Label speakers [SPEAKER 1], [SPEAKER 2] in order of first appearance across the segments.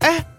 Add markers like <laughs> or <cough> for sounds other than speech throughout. [SPEAKER 1] 哎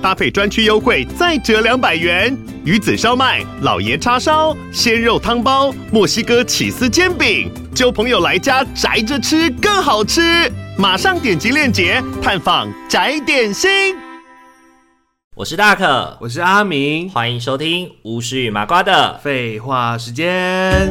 [SPEAKER 1] 搭配专区优惠再折两百元。鱼子烧麦、老爷叉烧、鲜肉汤包、墨西哥起司煎饼，就朋友来家宅着吃更好吃。马上点击链接探访宅点心。
[SPEAKER 2] 我是大可，
[SPEAKER 3] 我是阿明。
[SPEAKER 2] 欢迎收听巫师与麻瓜的。
[SPEAKER 3] 废话时间，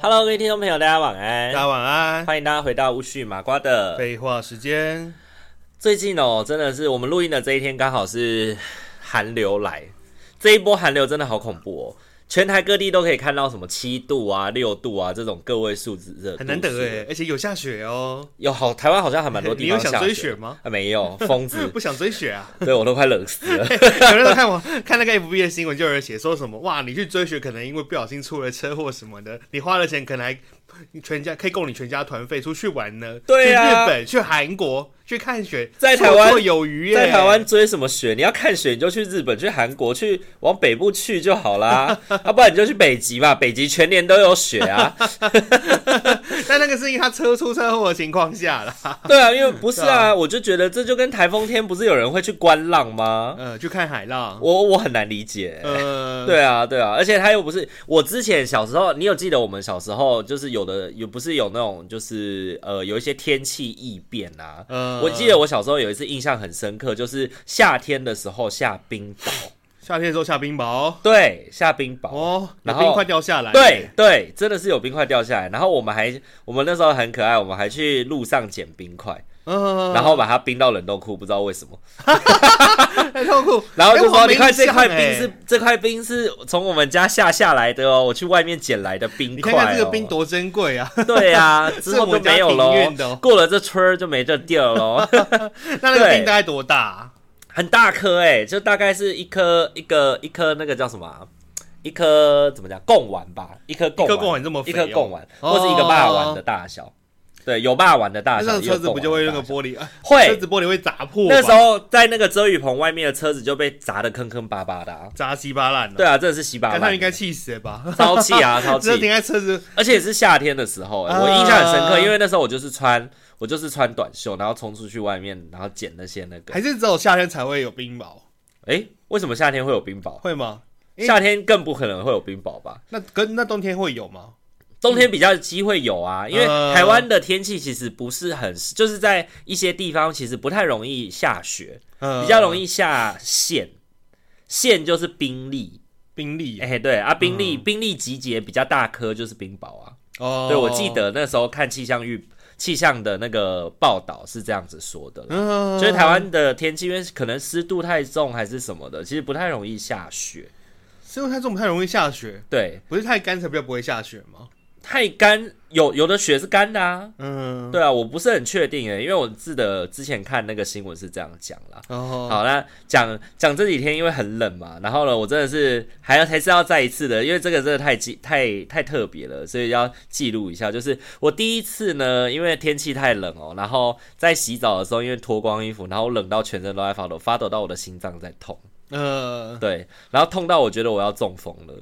[SPEAKER 2] Hello，各位听众朋友，大家晚安。
[SPEAKER 3] 大家晚安。
[SPEAKER 2] 欢迎大家回到巫师与麻瓜的。
[SPEAKER 3] 废话时间，
[SPEAKER 2] 最近哦，真的是我们录音的这一天，刚好是寒流来，这一波寒流真的好恐怖哦。全台各地都可以看到什么七度啊、六度啊这种个位数字的，
[SPEAKER 3] 很难得哎，。而且有下雪哦。
[SPEAKER 2] 有好，台湾好像还蛮多地方
[SPEAKER 3] 你有想
[SPEAKER 2] 下
[SPEAKER 3] 追雪吗？，
[SPEAKER 2] 啊、没有，疯子
[SPEAKER 3] 不想追雪啊！
[SPEAKER 2] 对我都快冷死了。
[SPEAKER 3] 有人看我 <laughs> 看那个 FB 的新闻，就有人写说什么哇，你去追雪可能因为不小心出了车祸什么的，你花了钱可能还你全家可以供你全家团费出去玩呢。
[SPEAKER 2] 对啊
[SPEAKER 3] 去日本、去韩国、去看雪，
[SPEAKER 2] 在台湾
[SPEAKER 3] 绰绰有余耶。
[SPEAKER 2] 在台湾追什么雪？你要看雪，你就去日本、去韩国、去往北部去就好啦。要、不然你就去北极嘛，北极全年都有雪啊。
[SPEAKER 3] 但那个是因为他车出车祸的情况下啦，
[SPEAKER 2] 对啊，因为不是
[SPEAKER 3] 对
[SPEAKER 2] 啊，我就觉得这就跟台风天不是有人会去观浪吗？
[SPEAKER 3] 呃，去看海浪，
[SPEAKER 2] 我我很难理解。
[SPEAKER 3] 呃，
[SPEAKER 2] 对啊，对啊，而且他又不是我之前小时候，你有记得我们小时候就是有的有不是有那种就是呃有一些天气异变啊。
[SPEAKER 3] 呃，
[SPEAKER 2] 我记得我小时候有一次印象很深刻，就是夏天的时候下冰雹，
[SPEAKER 3] 夏天的时候下冰雹，
[SPEAKER 2] 对，下冰雹，
[SPEAKER 3] 哦，有
[SPEAKER 2] 然后
[SPEAKER 3] 冰块掉下来，
[SPEAKER 2] 对，对，真的是有冰块掉下来，然后我们还我们那时候很可爱，我们还去路上捡冰块，
[SPEAKER 3] 嗯，
[SPEAKER 2] 然后把它冰到冷冻库，不知道为什么。
[SPEAKER 3] 很痛苦，
[SPEAKER 2] 然后就
[SPEAKER 3] 哎我
[SPEAKER 2] 说：“
[SPEAKER 3] 好
[SPEAKER 2] 你
[SPEAKER 3] 没
[SPEAKER 2] 看这
[SPEAKER 3] 印象
[SPEAKER 2] 块
[SPEAKER 3] 哎
[SPEAKER 2] 冰是这块冰是从我们家下下来的哦，我去外面捡来的冰
[SPEAKER 3] 你
[SPEAKER 2] 块、
[SPEAKER 3] 看
[SPEAKER 2] 哦。”
[SPEAKER 3] 看这个冰多珍贵啊！ <laughs>
[SPEAKER 2] 对啊，之
[SPEAKER 3] 是
[SPEAKER 2] 后
[SPEAKER 3] 我
[SPEAKER 2] 就
[SPEAKER 3] 们家
[SPEAKER 2] 没
[SPEAKER 3] <laughs>
[SPEAKER 2] 有
[SPEAKER 3] 庭
[SPEAKER 2] 喽
[SPEAKER 3] 院的哦。
[SPEAKER 2] 过了这村儿就没这地儿喽，
[SPEAKER 3] 那那个
[SPEAKER 2] 对
[SPEAKER 3] 冰大概多大啊？
[SPEAKER 2] 很大颗哎、就大概是一颗一个一颗那个叫什么啊、一颗怎么讲贡丸吧，一颗贡
[SPEAKER 3] 一颗贡丸这么肥
[SPEAKER 2] 一
[SPEAKER 3] 哦
[SPEAKER 2] 颗贡丸，
[SPEAKER 3] 哦
[SPEAKER 2] 或是一个霸丸的大小。对，有霸丸的大
[SPEAKER 3] 那
[SPEAKER 2] 小，
[SPEAKER 3] 辆
[SPEAKER 2] 也有
[SPEAKER 3] 车子不就会那个
[SPEAKER 2] 贡
[SPEAKER 3] 玻璃？啊
[SPEAKER 2] 丸的
[SPEAKER 3] 车
[SPEAKER 2] 大小
[SPEAKER 3] 子玻璃会砸
[SPEAKER 2] 会？
[SPEAKER 3] 破吧，
[SPEAKER 2] 那时候在那个遮雨棚外面的车子就被砸得坑坑巴巴的、啊。
[SPEAKER 3] 砸稀巴烂了。
[SPEAKER 2] 对啊，真的是稀巴
[SPEAKER 3] 干，他
[SPEAKER 2] 烂
[SPEAKER 3] 们应，该气死
[SPEAKER 2] <laughs>
[SPEAKER 3] 了吧？
[SPEAKER 2] 超气
[SPEAKER 3] <laughs>
[SPEAKER 2] 啊，超
[SPEAKER 3] 这停
[SPEAKER 2] 气！
[SPEAKER 3] 在车子，
[SPEAKER 2] 而且也是夏天的时候、欸
[SPEAKER 3] 啊
[SPEAKER 2] 我印象很深刻，因为那时候我就是穿，我就是穿短袖，然后冲出去外面，然后捡那些那个。
[SPEAKER 3] 还是只有夏天才会有冰雹，
[SPEAKER 2] 哎、为什么夏天会有冰雹？
[SPEAKER 3] 会吗？诶
[SPEAKER 2] 夏天更不可能会有冰雹吧？
[SPEAKER 3] 那跟那冬天会有吗？
[SPEAKER 2] 冬天比较机会有啊，因为
[SPEAKER 3] 呃
[SPEAKER 2] 台湾的天气其实不是很，就是在一些地方其实不太容易下雪，
[SPEAKER 3] 呃
[SPEAKER 2] 比较容
[SPEAKER 3] 易
[SPEAKER 2] 易下线，线就是冰粒，
[SPEAKER 3] 冰粒
[SPEAKER 2] 哎、对啊，冰粒、冰粒集结比较大颗就是冰雹啊。
[SPEAKER 3] 哦。
[SPEAKER 2] 对，我记，得那时候看气象预气象的那个报道是这样子说的啦，
[SPEAKER 3] 嗯，
[SPEAKER 2] 所以台湾的天气因为可能湿度太重还是什么的，其实不太容易下雪。
[SPEAKER 3] 嗯是因为它这种太容易下雪，
[SPEAKER 2] 对，
[SPEAKER 3] 不是太干才比较不会下雪吗？
[SPEAKER 2] 太干，有有的雪是干的啊。
[SPEAKER 3] 嗯，
[SPEAKER 2] 对啊，我不是很确定欸诶，因为我记得之前看那个新闻是这样讲啦。
[SPEAKER 3] 哦，
[SPEAKER 2] 好，那讲讲这几天因为很冷嘛，然后呢，我真的是还要还是要再一次的，因为这个真的太记太太特别了，所以要记录一下。就是我第一次呢，因为天气太冷哦，然后在洗澡的时候，因为脱光衣服，然后冷到全身都在发抖，发抖到我的心脏在痛，
[SPEAKER 3] 呃，
[SPEAKER 2] 对，然后痛到我觉得我要中风了。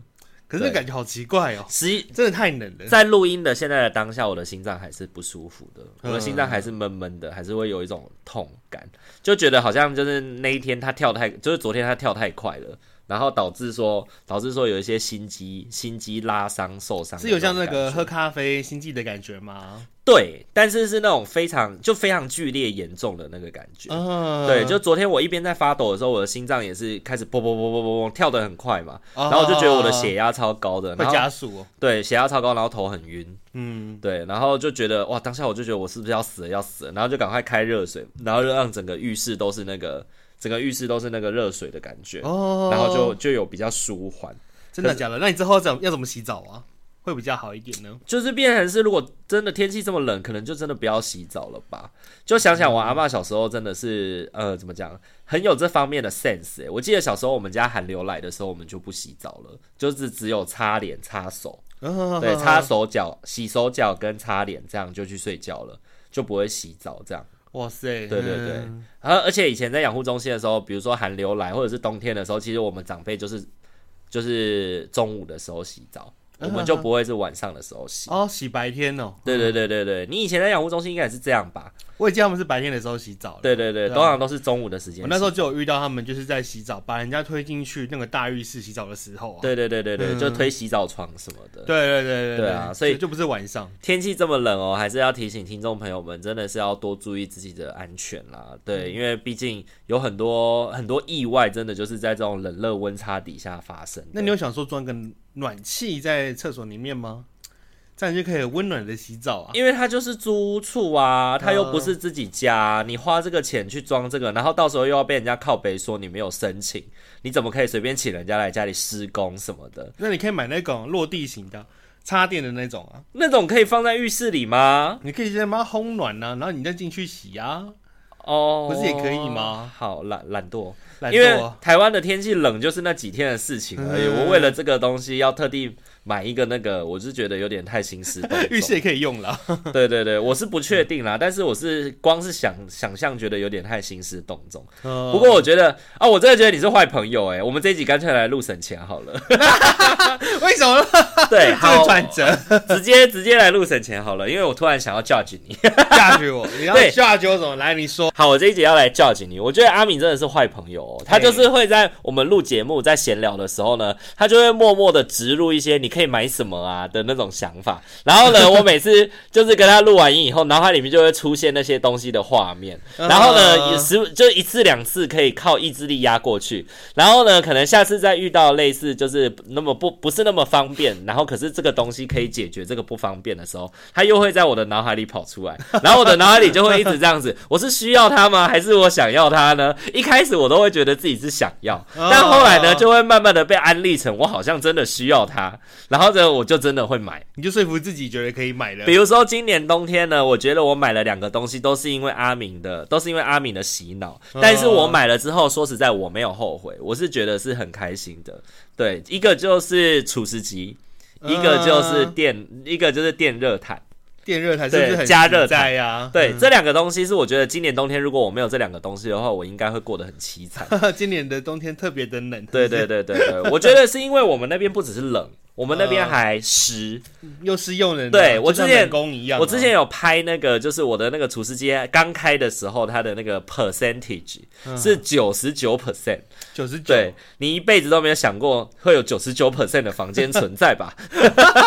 [SPEAKER 3] 可是那感觉好奇怪哦，
[SPEAKER 2] 十一
[SPEAKER 3] 真的太冷了。
[SPEAKER 2] 在录音的现在的当下，我的心脏还是不舒服的，
[SPEAKER 3] 嗯
[SPEAKER 2] 我的心脏还是闷闷的，还是会有一种痛感，就觉得好像就是那一天他跳太，就是昨天他跳太快了，然后导致说导致说有一些心肌心肌拉伤受伤的种感觉，
[SPEAKER 3] 是有像那个喝咖啡心悸的感觉吗？
[SPEAKER 2] 对，但是是那种非常就非常剧烈严重的那个感觉。
[SPEAKER 3] 嗯，
[SPEAKER 2] 对，就昨天我一边在发抖的时候，我的心脏也是开始砰砰砰砰砰砰跳得很快嘛，然后我就觉得我的血压超高的，
[SPEAKER 3] 哦啊会
[SPEAKER 2] 然后
[SPEAKER 3] 加速哦。
[SPEAKER 2] 对血压超高，然后头很晕，
[SPEAKER 3] 嗯，
[SPEAKER 2] 对，然后就觉得哇，当下我就觉得我是不是要死了要死了，然后就赶快开热水，然后就让整个浴室都是那个整个浴室都是那个热水的感觉，
[SPEAKER 3] 哦，
[SPEAKER 2] 然后就就有比较舒缓。
[SPEAKER 3] 真的假的？那你之后怎么要怎么洗澡啊？会比较好一点呢？
[SPEAKER 2] 就是变成是，如果真的天气这么冷，可能就真的不要洗澡了吧。就想想我阿嬷小时候真的是，呃，怎么讲，很有这方面的 sense、欸。我记得小时候我们家寒流来的时候，我们就不洗澡了，就是只有擦脸、擦手，
[SPEAKER 3] 啊哦
[SPEAKER 2] 对，擦手脚、洗手脚跟擦脸，这样就去睡觉了，就不会洗澡这样。
[SPEAKER 3] 哇塞，嗯
[SPEAKER 2] 对对对，而而且以前在养护中心的时候，比如说寒流来或者是冬天的时候，其实我们长辈就是就是中午的时候洗澡，我
[SPEAKER 3] 嗯
[SPEAKER 2] 们就不会是晚上的时候洗。
[SPEAKER 3] 哦，洗白天哦，
[SPEAKER 2] 对对对对对，你以前在养护中心应该也是这样吧？
[SPEAKER 3] 我也记得他们是白天的时候洗澡的。
[SPEAKER 2] 对对对，
[SPEAKER 3] 对啊
[SPEAKER 2] 通常都是中午的时间洗。
[SPEAKER 3] 我那时候就有遇到他们，就是在洗澡，把人家推进去那个大浴室洗澡的时候啊。
[SPEAKER 2] 对对对对对，就推洗澡床什么的。
[SPEAKER 3] 对对对
[SPEAKER 2] 对
[SPEAKER 3] 对
[SPEAKER 2] 啊所以
[SPEAKER 3] 就就不是晚上。
[SPEAKER 2] 天气这么冷哦，还是要提醒听众朋友们，真的是要多注意自己的安全啦。对，
[SPEAKER 3] 嗯
[SPEAKER 2] 因为毕竟有很多很多意外，真的就是在这种冷热温差底下发生的。
[SPEAKER 3] 那你有想说装个暖气在厕所里面吗？这样就可以温暖的洗澡啊。
[SPEAKER 2] 因为它就是租屋处啊，它又不
[SPEAKER 3] 嗯
[SPEAKER 2] 是自己家，你花这个钱去装这个，然后到时候又要被人家靠背说你没有申请，你怎么可以随便请人家来家里施工什么的？
[SPEAKER 3] 那你可以买那种落地型的，插电的那种啊，
[SPEAKER 2] 那种可以放在浴室里吗？
[SPEAKER 3] 你可以先把它烘暖呐、啊，然后你再进去洗啊。
[SPEAKER 2] 哦，
[SPEAKER 3] 不是也可以吗？
[SPEAKER 2] 好懒懒惰，
[SPEAKER 3] 懒
[SPEAKER 2] 因
[SPEAKER 3] 惰
[SPEAKER 2] 为
[SPEAKER 3] 啊
[SPEAKER 2] 台湾的天气冷就是那几天的事情而已。
[SPEAKER 3] 嗯
[SPEAKER 2] 我为了这个东西要特地买一个那个，我是觉得有点太兴师动
[SPEAKER 3] 浴室
[SPEAKER 2] 众。
[SPEAKER 3] 也可以用啦。
[SPEAKER 2] 对对对，我是不确定啦，但是我是光是想想象觉得有点太兴师动众。不
[SPEAKER 3] 不
[SPEAKER 2] 过我觉得啊，我真的觉得你是坏朋友哎、我们这一集干脆来录省钱好
[SPEAKER 3] <laughs>
[SPEAKER 2] 了。
[SPEAKER 3] <laughs> 为什么呢？
[SPEAKER 2] 对，
[SPEAKER 3] 这
[SPEAKER 2] 好
[SPEAKER 3] 个，转
[SPEAKER 2] <laughs>
[SPEAKER 3] 折
[SPEAKER 2] 直接直接来录省钱好了，因为我突然想要 judge 你。 <laughs>
[SPEAKER 3] judge 我，你要
[SPEAKER 2] 对
[SPEAKER 3] judge 我怎么来？你说
[SPEAKER 2] 好，我这一集要来 judge 你。我觉得阿敏真的是坏朋友哦，他就是会在我们录节目在闲聊的时候呢，他就会默默的植入一些你可以买什么啊的那种想法。然后
[SPEAKER 3] <laughs>
[SPEAKER 2] 呢，我每次就是跟他录完音以后，脑海里面就会出现那些东西的画面。然后呢，
[SPEAKER 3] 嗯
[SPEAKER 2] 也十就一次两次可以靠意志力压过去。然后呢，可能下次再遇到类似就是那么不不是那么方便，然后可是这个东西可以解决这个不方便的时候，他又会在我的脑海里跑出来， <laughs> 然后我的脑海里就会一直这样子：我是需要它吗？还是我想要它呢？一开始我都会觉得自己是想要，但后来呢，
[SPEAKER 3] 哦
[SPEAKER 2] 就会慢慢的被安利成我好像真的需要它，然后呢，我就真的会买。
[SPEAKER 3] 你就说服自己觉得可以买了
[SPEAKER 2] 比。如说今年冬天呢，我觉得我买了两个东西，都是因为阿敏的，都是因为阿敏的洗脑。但是我买了之后，说实在我没有后悔，我是觉得是很开心的。对，一个就是除湿机，
[SPEAKER 3] 嗯
[SPEAKER 2] 一个就是电，一个就是电热毯。
[SPEAKER 3] 电热毯是不
[SPEAKER 2] 对
[SPEAKER 3] 是很
[SPEAKER 2] 加热毯
[SPEAKER 3] 在啊呀？
[SPEAKER 2] 对，这两个东西是我觉得今年冬天如果我没有这两个东西的话，我应该会过得很凄惨。
[SPEAKER 3] <laughs> 今年的冬天特别的冷，
[SPEAKER 2] 对对对对对，我觉得是因为我们那边不只是冷，我们那边还湿。
[SPEAKER 3] 又湿又冷啊，
[SPEAKER 2] 对我
[SPEAKER 3] 就像
[SPEAKER 2] 之前
[SPEAKER 3] 冷宫一样啊。
[SPEAKER 2] 我之前有拍那个，就是我的那个厨师街刚开的时候，它的那个 percentage 是九十九 percent，
[SPEAKER 3] 嗯九十九，
[SPEAKER 2] 对你一辈子都没有想过会有九十九 percent 的房间存在
[SPEAKER 3] <laughs>
[SPEAKER 2] 吧？ <laughs>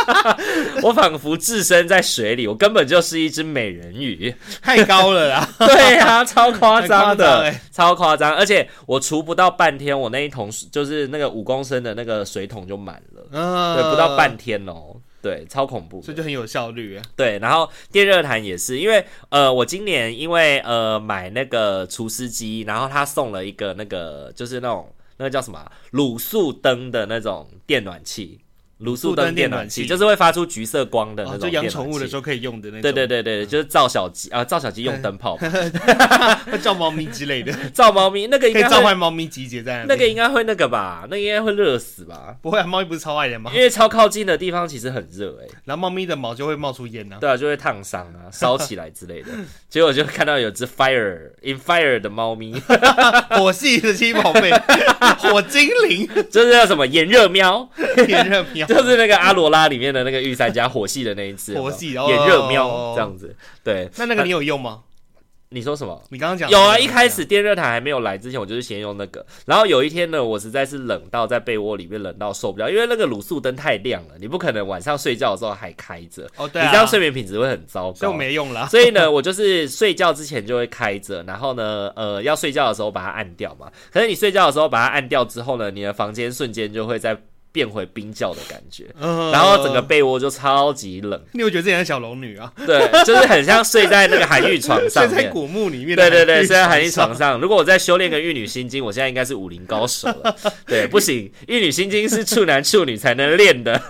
[SPEAKER 2] 我仿佛置身在水里，我根本就是一只美人鱼。 <laughs>
[SPEAKER 3] 太高了啦。
[SPEAKER 2] 对啊，超夸张
[SPEAKER 3] 很夸张
[SPEAKER 2] 的
[SPEAKER 3] 欸，
[SPEAKER 2] 超夸张！而且我除不到半天，我那一桶水就是那个五公升的那个水桶就满了，
[SPEAKER 3] 嗯，
[SPEAKER 2] 对，不到半，天哦。对，超恐怖的，
[SPEAKER 3] 所以就很有效率啊。
[SPEAKER 2] 对，然后电热毯也是，因为呃，我今年因为呃买那个除湿机，然后他送了一个那个就是那种那个叫什么啊卤素灯的那种电暖器，卤素
[SPEAKER 3] 素灯
[SPEAKER 2] 灯
[SPEAKER 3] 电
[SPEAKER 2] 暖
[SPEAKER 3] 暖
[SPEAKER 2] 器
[SPEAKER 3] 器
[SPEAKER 2] 就是会发出橘色光的那
[SPEAKER 3] 哦，
[SPEAKER 2] 种、
[SPEAKER 3] 就养宠物的时
[SPEAKER 2] 候。
[SPEAKER 3] 候可以用的那种。嗯
[SPEAKER 2] 对对对对，就是照小鸡啊、照小鸡用灯泡吧，
[SPEAKER 3] <laughs> 对，照猫咪之类的，
[SPEAKER 2] 照猫咪 <laughs> 那个应
[SPEAKER 3] 可以
[SPEAKER 2] 该
[SPEAKER 3] 召
[SPEAKER 2] 会
[SPEAKER 3] 唤猫咪集结在
[SPEAKER 2] 那
[SPEAKER 3] 那
[SPEAKER 2] 个
[SPEAKER 3] 边。
[SPEAKER 2] 应该会那个吧，那个应该会热死吧，
[SPEAKER 3] 不会啊，猫咪不是超爱人吗
[SPEAKER 2] 因？为超靠近的地方其实很热哎、欸
[SPEAKER 3] 然后猫咪的毛就会冒
[SPEAKER 2] <laughs>
[SPEAKER 3] 出烟呢。
[SPEAKER 2] 对啊，就会烫伤啊，烧起来之类的。结果就看到有只 fire in fire 的猫咪， <laughs>
[SPEAKER 3] 火系的七宝贝，火精灵，
[SPEAKER 2] 就是叫什么炎热喵，
[SPEAKER 3] 炎热喵。
[SPEAKER 2] 就是那个阿罗拉里面的那个御三家火系的那一只，有没有
[SPEAKER 3] 火系哦
[SPEAKER 2] 炎热喵这样子。对，
[SPEAKER 3] 那那个你有用吗？
[SPEAKER 2] 你说什么？
[SPEAKER 3] 你刚刚讲的
[SPEAKER 2] 有
[SPEAKER 3] 那
[SPEAKER 2] 啊，
[SPEAKER 3] 个
[SPEAKER 2] 一开始电热毯还没有来之前，我就是先用那个。然后有一天呢，我实在是冷到在被窝里面冷到受不了，因为那个卤素灯太亮了，你不可能晚上睡觉的时候还开着，
[SPEAKER 3] 哦，对啊，
[SPEAKER 2] 你这样睡眠品质会很糟
[SPEAKER 3] 所以
[SPEAKER 2] 糕
[SPEAKER 3] 我。没用啦。
[SPEAKER 2] <laughs> 所以呢，我就是睡觉之前就会开着，然后呢，呃，要睡觉的时候把它按掉嘛。可是你睡觉的时候把它按掉之后呢，你的房间瞬间就会在变回冰窖的感觉，
[SPEAKER 3] 嗯
[SPEAKER 2] 哦然后整个被窝就超级冷，
[SPEAKER 3] 你会觉得自己像小龙女啊，
[SPEAKER 2] 对，就是很像睡在那个韩愈床
[SPEAKER 3] <laughs> 睡
[SPEAKER 2] 上
[SPEAKER 3] 在
[SPEAKER 2] 面。
[SPEAKER 3] 古墓里面的
[SPEAKER 2] 对对
[SPEAKER 3] 海域床上。
[SPEAKER 2] 对，虽然韩愈床上，如果我再修炼个玉女心经，我现在应该是武林高手
[SPEAKER 3] <laughs>
[SPEAKER 2] 了。对，不行，玉女心经是处男处女才能练
[SPEAKER 3] <laughs>
[SPEAKER 2] 的。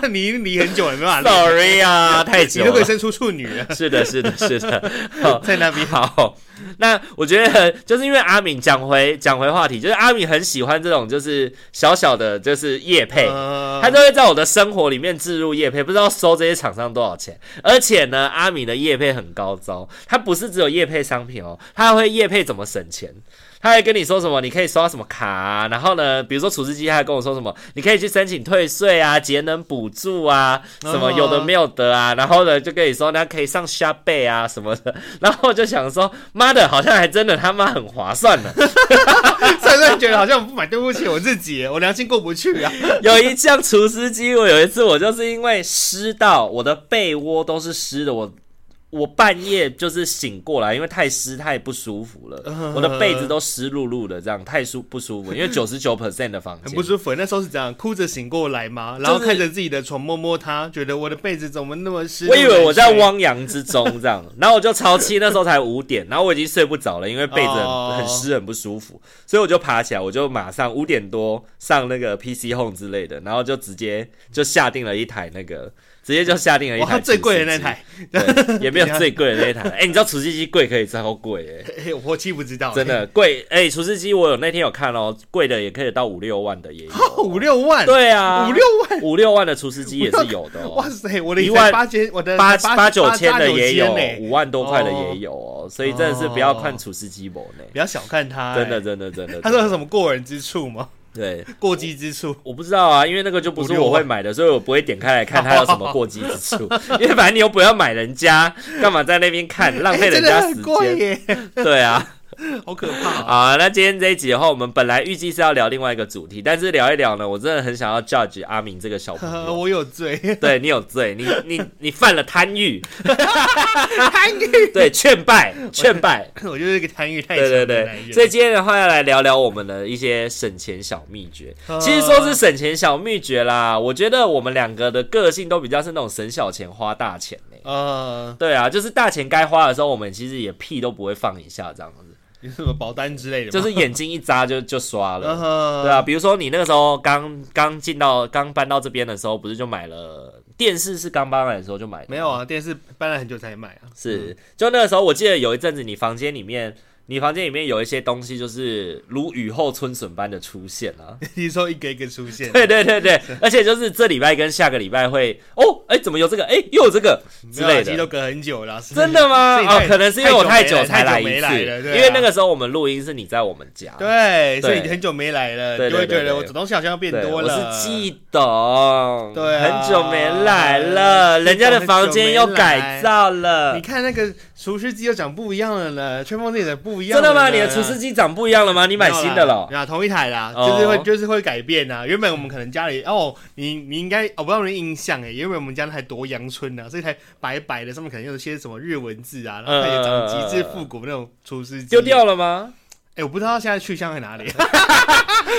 [SPEAKER 3] 那 <laughs> 你离很久了，没办法练。
[SPEAKER 2] Sorry 啊，太
[SPEAKER 3] 哎你
[SPEAKER 2] 久
[SPEAKER 3] 都可以
[SPEAKER 2] 了。
[SPEAKER 3] 生出处女
[SPEAKER 2] <laughs>
[SPEAKER 3] 了，
[SPEAKER 2] 是的，是的，是
[SPEAKER 3] <laughs>
[SPEAKER 2] 的。好，
[SPEAKER 3] 在那边。
[SPEAKER 2] 好，那我觉得就是因为阿敏讲回讲回话题，就是阿敏很喜欢这种就是小小的，就是夜配。
[SPEAKER 3] 呃
[SPEAKER 2] 他就会在我的生活里面置入叶配，不知道收这些厂商多少钱。而且呢，阿米的叶配很高招，他不是只有叶配商品哦，他还会叶配怎么省钱。他还跟你说什么，你可以收到什么卡、啊，然后呢，比如说厨师机，他还跟我说什么，你可以去申请退税啊、节能补助啊，什么
[SPEAKER 3] 哦
[SPEAKER 2] 有的没有的啊，然后呢，就跟你说，那可以上虾贝啊什么的， <laughs> 然后我就想说，妈的，好像还真的他妈很划算啊呢。
[SPEAKER 3] 突然觉得好像我不买对不起我自己，我良心过不去啊。
[SPEAKER 2] <laughs> 有一项除湿机，我有一次我就是因为湿到我的被窝都是湿的，我我半夜就是醒过来，因为太湿太不舒服
[SPEAKER 3] 嗯
[SPEAKER 2] 了，我的被子都湿漉漉的，这样太舒不
[SPEAKER 3] <laughs>
[SPEAKER 2] 舒服，因为九十九 percent 的房
[SPEAKER 3] 很
[SPEAKER 2] 间
[SPEAKER 3] 不舒服。那时候是怎样？哭着醒过来吗？然后看着自己的床，摸摸它，觉得我的被子怎么那么湿？
[SPEAKER 2] 我以为我在
[SPEAKER 3] 那么难睡
[SPEAKER 2] 汪洋之中这样， <laughs> 然后我就超气，那时候才五点，然后我已经睡不着了，因为被子很
[SPEAKER 3] 哦
[SPEAKER 2] 很湿很不舒服，所以我就爬起来，我就马上五点多上那个 PC Home 之类的，然后就直接就下定了一台那个，直接就下定了一
[SPEAKER 3] 哇，它
[SPEAKER 2] 台
[SPEAKER 3] 最贵的
[SPEAKER 2] 除
[SPEAKER 3] 那
[SPEAKER 2] 湿机
[SPEAKER 3] 台，
[SPEAKER 2] 对， <laughs> 也没有最贵的那一台。
[SPEAKER 3] <laughs>
[SPEAKER 2] 哎、你知道除湿机贵可以超贵哎、
[SPEAKER 3] 嘿我其实不知道，
[SPEAKER 2] 真的贵哎、除湿机我有那天有看哦，贵的也可以到五六万的也有哦、
[SPEAKER 3] 五六万，
[SPEAKER 2] 对啊，
[SPEAKER 3] 五六万，
[SPEAKER 2] 五六万的除湿机也是有的
[SPEAKER 3] 哇 <laughs>
[SPEAKER 2] 哦，
[SPEAKER 3] 塞，我的
[SPEAKER 2] 一
[SPEAKER 3] 才
[SPEAKER 2] 万
[SPEAKER 3] 八千，我的
[SPEAKER 2] 八
[SPEAKER 3] 才八
[SPEAKER 2] 八九千的也有
[SPEAKER 3] 八九千，呢
[SPEAKER 2] 五万多块的也有哦，所以真的是不要看除湿机某呢。
[SPEAKER 3] 不要小看它，
[SPEAKER 2] 真的，
[SPEAKER 3] 哎
[SPEAKER 2] 真的，真的。
[SPEAKER 3] 他说有什
[SPEAKER 2] 么？
[SPEAKER 3] 么过人之处吗？
[SPEAKER 2] 对，
[SPEAKER 3] 过激之处，
[SPEAKER 2] 我不知道啊，因为那个就不是
[SPEAKER 3] 五六
[SPEAKER 2] 我
[SPEAKER 3] 万
[SPEAKER 2] 会买的，所以我不会点开来看它有什么过激之处。 <laughs> 因为反正你又不要买人家，干嘛在那边看，浪费
[SPEAKER 3] <laughs> 哎
[SPEAKER 2] 人
[SPEAKER 3] 真的
[SPEAKER 2] 家时
[SPEAKER 3] 很贵
[SPEAKER 2] 间？
[SPEAKER 3] 耶，
[SPEAKER 2] 对啊。
[SPEAKER 3] 好可
[SPEAKER 2] <laughs>
[SPEAKER 3] 怕啊！ <laughs>
[SPEAKER 2] 好，那今天这一集的话，我们本来预计是要聊另外一个主题，但是聊一聊呢，我真的很想要 judge 阿明这个小朋
[SPEAKER 3] <laughs>
[SPEAKER 2] 友。
[SPEAKER 3] 我有罪，
[SPEAKER 2] 对你有罪，你你你犯了贪欲，
[SPEAKER 3] <laughs> 贪欲，
[SPEAKER 2] 对，劝
[SPEAKER 3] <laughs>
[SPEAKER 2] 败，劝败，
[SPEAKER 3] 我就是一个贪欲太
[SPEAKER 2] 对
[SPEAKER 3] 强
[SPEAKER 2] 对
[SPEAKER 3] 的男
[SPEAKER 2] 对。
[SPEAKER 3] 人。
[SPEAKER 2] 所以今天的话要来聊聊我们的一些省钱小秘
[SPEAKER 3] <laughs>
[SPEAKER 2] 诀。其实说是省钱小秘诀啦，我觉得我们两个的个性都比较是那种省小钱花大钱呢、
[SPEAKER 3] 呃，
[SPEAKER 2] 对啊，就是大钱该花的时候，我们其实也屁都不会放一下，这
[SPEAKER 3] <laughs>
[SPEAKER 2] 样子，
[SPEAKER 3] 有什么保单之类的吗，
[SPEAKER 2] 就是眼睛一眨就就刷
[SPEAKER 3] <laughs>
[SPEAKER 2] 了。
[SPEAKER 3] 呃
[SPEAKER 2] 对啊，，比如说你那个时候刚刚进到刚搬到这边的时候，不是就买了电视？是刚搬来的时候就买的？
[SPEAKER 3] 没有，啊，电视搬了很久才买啊。 <laughs>
[SPEAKER 2] 是就那个时候，我记得有一阵子你房间里面，你房间里面有一些东西就是如雨后春笋般的出现
[SPEAKER 3] <laughs>
[SPEAKER 2] 啊。
[SPEAKER 3] 你说一个一个出现，
[SPEAKER 2] 对对对对，而且就是这礼拜跟下个礼拜会哦，哎，怎么有这个？哎，又有这个之
[SPEAKER 3] 没有
[SPEAKER 2] 类
[SPEAKER 3] 啊其实
[SPEAKER 2] 的。
[SPEAKER 3] 都隔很久了，是
[SPEAKER 2] 真的吗？
[SPEAKER 3] 自己
[SPEAKER 2] 哦
[SPEAKER 3] 太，
[SPEAKER 2] 可能是因为我太久才
[SPEAKER 3] 太
[SPEAKER 2] 来
[SPEAKER 3] 久
[SPEAKER 2] 一
[SPEAKER 3] 没
[SPEAKER 2] 次，
[SPEAKER 3] 来了对啊
[SPEAKER 2] 因为那个时候我们录音是你在我们家，
[SPEAKER 3] 对，所以
[SPEAKER 2] 对
[SPEAKER 3] 你很久没来了，
[SPEAKER 2] 对对
[SPEAKER 3] 你就会
[SPEAKER 2] 对
[SPEAKER 3] 觉
[SPEAKER 2] 对
[SPEAKER 3] 得我
[SPEAKER 2] 对
[SPEAKER 3] 主动性好像要变
[SPEAKER 2] 对，
[SPEAKER 3] 多
[SPEAKER 2] 我
[SPEAKER 3] 了。
[SPEAKER 2] 是记懂，
[SPEAKER 3] 对啊
[SPEAKER 2] 很久没来了，
[SPEAKER 3] <laughs> 是
[SPEAKER 2] 人家的房间又改造了
[SPEAKER 3] 你。看那个除湿机又长不一样了呢，吹风机也不一样
[SPEAKER 2] 真
[SPEAKER 3] 了呢。
[SPEAKER 2] 的吗？你的厨师机长不一样了吗？你
[SPEAKER 3] 你
[SPEAKER 2] 买新的了？
[SPEAKER 3] 啊，同一台啦，
[SPEAKER 2] 哦
[SPEAKER 3] 就是会就是会改变啊。原本我们可能家里哦，你你应该我不知道你的印象哎，原本我们家那台多阳春啊，是一台白白的，上面可能有一些什么日文字啊，然后它也长极致复古那种除湿机。
[SPEAKER 2] 丢掉了吗？
[SPEAKER 3] 哎、我不知道现在去向在哪里，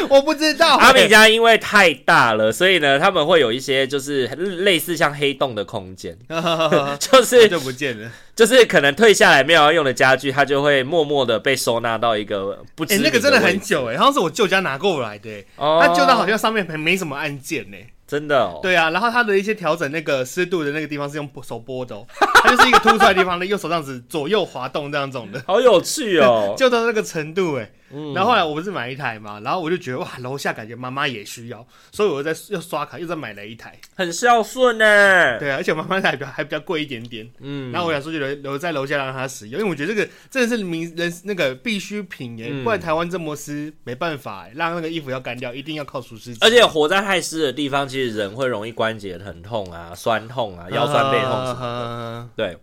[SPEAKER 3] 我不知道、
[SPEAKER 2] 阿敏家因为太大了，所以呢，他们会有一些就是类似像黑洞的空间， <laughs>
[SPEAKER 3] 家
[SPEAKER 2] 就是
[SPEAKER 3] 就不见了。
[SPEAKER 2] 就是可能退下来没有要用的家具，它就会默默的被收纳到一个不知
[SPEAKER 3] 哎、
[SPEAKER 2] 名
[SPEAKER 3] 那个真
[SPEAKER 2] 的
[SPEAKER 3] 的
[SPEAKER 2] 位
[SPEAKER 3] 很
[SPEAKER 2] 置，
[SPEAKER 3] 久哎、好像是我舅家拿过来的、欸，
[SPEAKER 2] 哦
[SPEAKER 3] 他舅家好像上面没没什么按键呢、
[SPEAKER 2] 真的哦，
[SPEAKER 3] 对啊，然后他的一些调整那个湿度的那个地方是用手拨的、哦， <laughs> 它就是一个凸出来的地方，那右手这样子左右滑动这样种
[SPEAKER 2] <laughs>
[SPEAKER 3] 的。
[SPEAKER 2] 好有趣哦
[SPEAKER 3] <laughs> 。就到那个程度哎、
[SPEAKER 2] 嗯
[SPEAKER 3] 然后后来我不是买一台嘛，然后我就觉得哇，楼下感觉妈妈也需要，所以我又在又刷卡，又再买了一台。
[SPEAKER 2] 很孝顺呢。
[SPEAKER 3] 对啊，而且妈妈台还比较还比较贵一点点。
[SPEAKER 2] 嗯
[SPEAKER 3] 然后我想说就留留在楼下让他使用，因为我觉得这个真的是民人那个必需品耶，
[SPEAKER 2] 嗯
[SPEAKER 3] 不然台湾这么湿没办法耶，让那个衣服要干掉，一定要靠除湿机。
[SPEAKER 2] 而且活在太湿的地方，其实人会容易关节疼痛啊、酸痛啊、腰酸背痛什么。
[SPEAKER 3] 么
[SPEAKER 2] 对，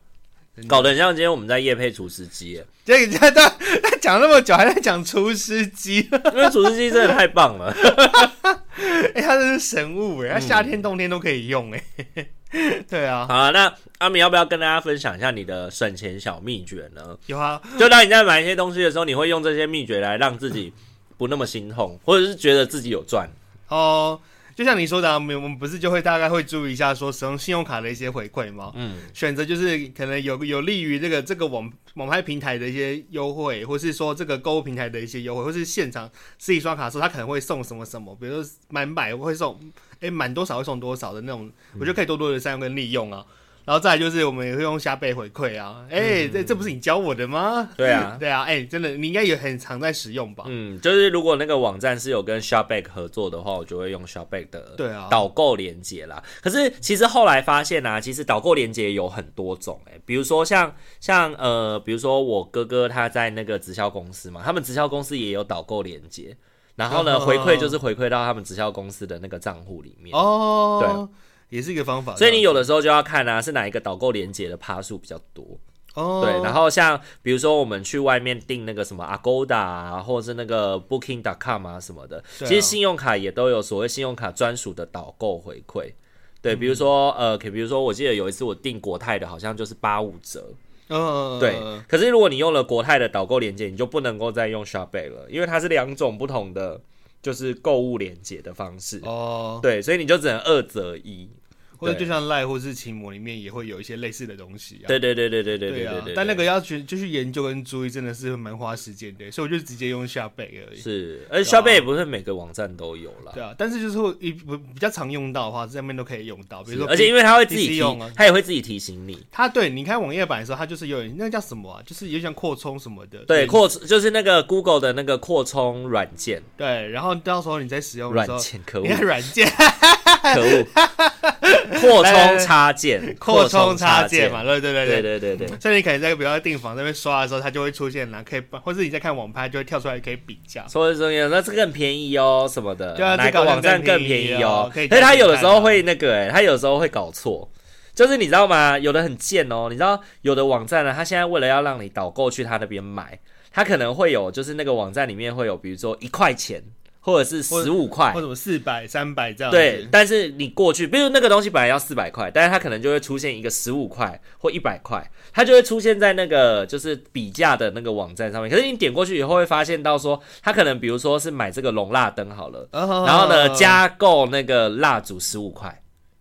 [SPEAKER 3] 的
[SPEAKER 2] 搞得很像今天我们在夜配厨师机耶，
[SPEAKER 3] 这人家他他讲那么久还在讲除湿机， <laughs>
[SPEAKER 2] 因为厨师机真的太棒了。 <laughs>
[SPEAKER 3] 哎，他真是神物哎，他夏天冬天都可以用哎。 <laughs> 对啊，
[SPEAKER 2] 好啊，那阿米要不要跟大家分享一下你的省钱小秘诀呢？
[SPEAKER 3] 有啊，
[SPEAKER 2] 就当你在买一些东西的时候，你会用这些秘诀来让自己不那么心痛，或者是觉得自己有赚。
[SPEAKER 3] 哦，就像你说的、啊，我们我们不是就会大概会注意一下说使用信用卡的一些回馈吗？
[SPEAKER 2] 嗯，
[SPEAKER 3] 选择就是可能有有利于这个这个网网拍平台的一些优惠，或是说这个购物平台的一些优惠，或是现场自己刷卡的时候，他可能会送什么什么，比如说满百会送，诶，满多少会送多少的那种，我觉得可以多多的善用跟利用啊。然后再来就是我们也会用虾贝回馈啊，诶，这这不是你教我的吗？
[SPEAKER 2] 对啊
[SPEAKER 3] <laughs> 对啊，诶，真的你应该也很常在使用吧？
[SPEAKER 2] 嗯，就是如果那个网站是有跟 Shopback 合作的话，我就会用 Shopback 的
[SPEAKER 3] 对啊
[SPEAKER 2] 导购连接啦。可是其实后来发现啊，其实导购连接有很多种诶、比如说像像呃，比如说我哥哥他在那个直销公司嘛，他们直销公司也有导购连接，然后呢
[SPEAKER 3] 哦
[SPEAKER 2] 回馈就是回馈到他们直销公司的那个账户里面。
[SPEAKER 3] 哦，对，也是一个方法。
[SPEAKER 2] 所以你
[SPEAKER 3] 有
[SPEAKER 2] 有的时候就要看啊，是哪一个导购连接的趴数比较多。
[SPEAKER 3] 哦，
[SPEAKER 2] 对，然后像比如说我们去外面订那个什么 Agoda 啊，或者是那个 Booking.com 啊什么的，
[SPEAKER 3] 对啊
[SPEAKER 2] 其实信用卡也都有所谓信用卡专属的导购回馈。
[SPEAKER 3] 嗯
[SPEAKER 2] 对，比如说呃，可比如说我记得有一次我订国泰的，好像就是八五折。
[SPEAKER 3] 嗯，
[SPEAKER 2] 对，可是如果你用了国泰的导购链接，你就不能够再用 Shopee 了，因为它是两种不同的就是购物连接的方式。
[SPEAKER 3] 哦，
[SPEAKER 2] 对，所以你就只能二择一。
[SPEAKER 3] 或者
[SPEAKER 2] 对
[SPEAKER 3] 就像赖或是琴魔里面也会有一些类似的东西啊。
[SPEAKER 2] 对对对对对对对
[SPEAKER 3] 对
[SPEAKER 2] 对
[SPEAKER 3] 啊
[SPEAKER 2] 对，，
[SPEAKER 3] 但那个要去就去研究跟注意，真的是蛮花时间的，所以我就直接用下背而已。
[SPEAKER 2] 是，而且
[SPEAKER 3] 对啊
[SPEAKER 2] Shopee 也不是每个网站都有啦。
[SPEAKER 3] 对啊，但是就是会一不比较常用到的话，这上面都可以用到，比如说，
[SPEAKER 2] 而且因为他会自己
[SPEAKER 3] PC
[SPEAKER 2] 提
[SPEAKER 3] 用啊，
[SPEAKER 2] 他也会自己提醒你。
[SPEAKER 3] 它对你开网页版的时候，它就是有点那个叫什么啊，就是有点像扩充什么的。
[SPEAKER 2] 对，扩就是那个 Google 的那个扩充软件，
[SPEAKER 3] 对，然后到时候你在使用的
[SPEAKER 2] 软
[SPEAKER 3] 时候，
[SPEAKER 2] 件可恶
[SPEAKER 3] 你看软
[SPEAKER 2] <laughs>
[SPEAKER 3] 件
[SPEAKER 2] 可
[SPEAKER 3] <laughs>
[SPEAKER 2] 恶，扩
[SPEAKER 3] 来来
[SPEAKER 2] 充插件，
[SPEAKER 3] 扩充
[SPEAKER 2] 充
[SPEAKER 3] 插件
[SPEAKER 2] 件
[SPEAKER 3] 嘛，对对对
[SPEAKER 2] 对对对对，
[SPEAKER 3] 所以你可能在比如说订房那边刷的时候，它就会出现啦，可以，或者你在看网拍就会跳出来可以比价。
[SPEAKER 2] 所以说那这个更便宜哦什么的，
[SPEAKER 3] 啊对啊
[SPEAKER 2] 哪
[SPEAKER 3] 这
[SPEAKER 2] 个
[SPEAKER 3] 个
[SPEAKER 2] 网站更
[SPEAKER 3] 更
[SPEAKER 2] 便
[SPEAKER 3] 便宜
[SPEAKER 2] 宜
[SPEAKER 3] 哦
[SPEAKER 2] 哦？
[SPEAKER 3] 可以
[SPEAKER 2] 但是他有的时候
[SPEAKER 3] 看看啊
[SPEAKER 2] 会那个，哎，他有时候会搞错。就是你知道吗？有的很贱哦，你知道有的网站呢，啊他现在为了要让你导购去他那边买，他可能会有，就是那个网站里面会有，比如说一块钱或者是十五块
[SPEAKER 3] 或，者什么四百、三百这样子。
[SPEAKER 2] 对，但是你过去，比如那个东西本来要四百块，但是它可能就会出现一个十五块或一百块，它就会出现在那个就是比价的那个网站上面。可是你点过去以后，会发现到说，它可能比如说是买这个龙蜡灯好了，
[SPEAKER 3] 哦
[SPEAKER 2] 然后呢加购那个蜡烛十五块，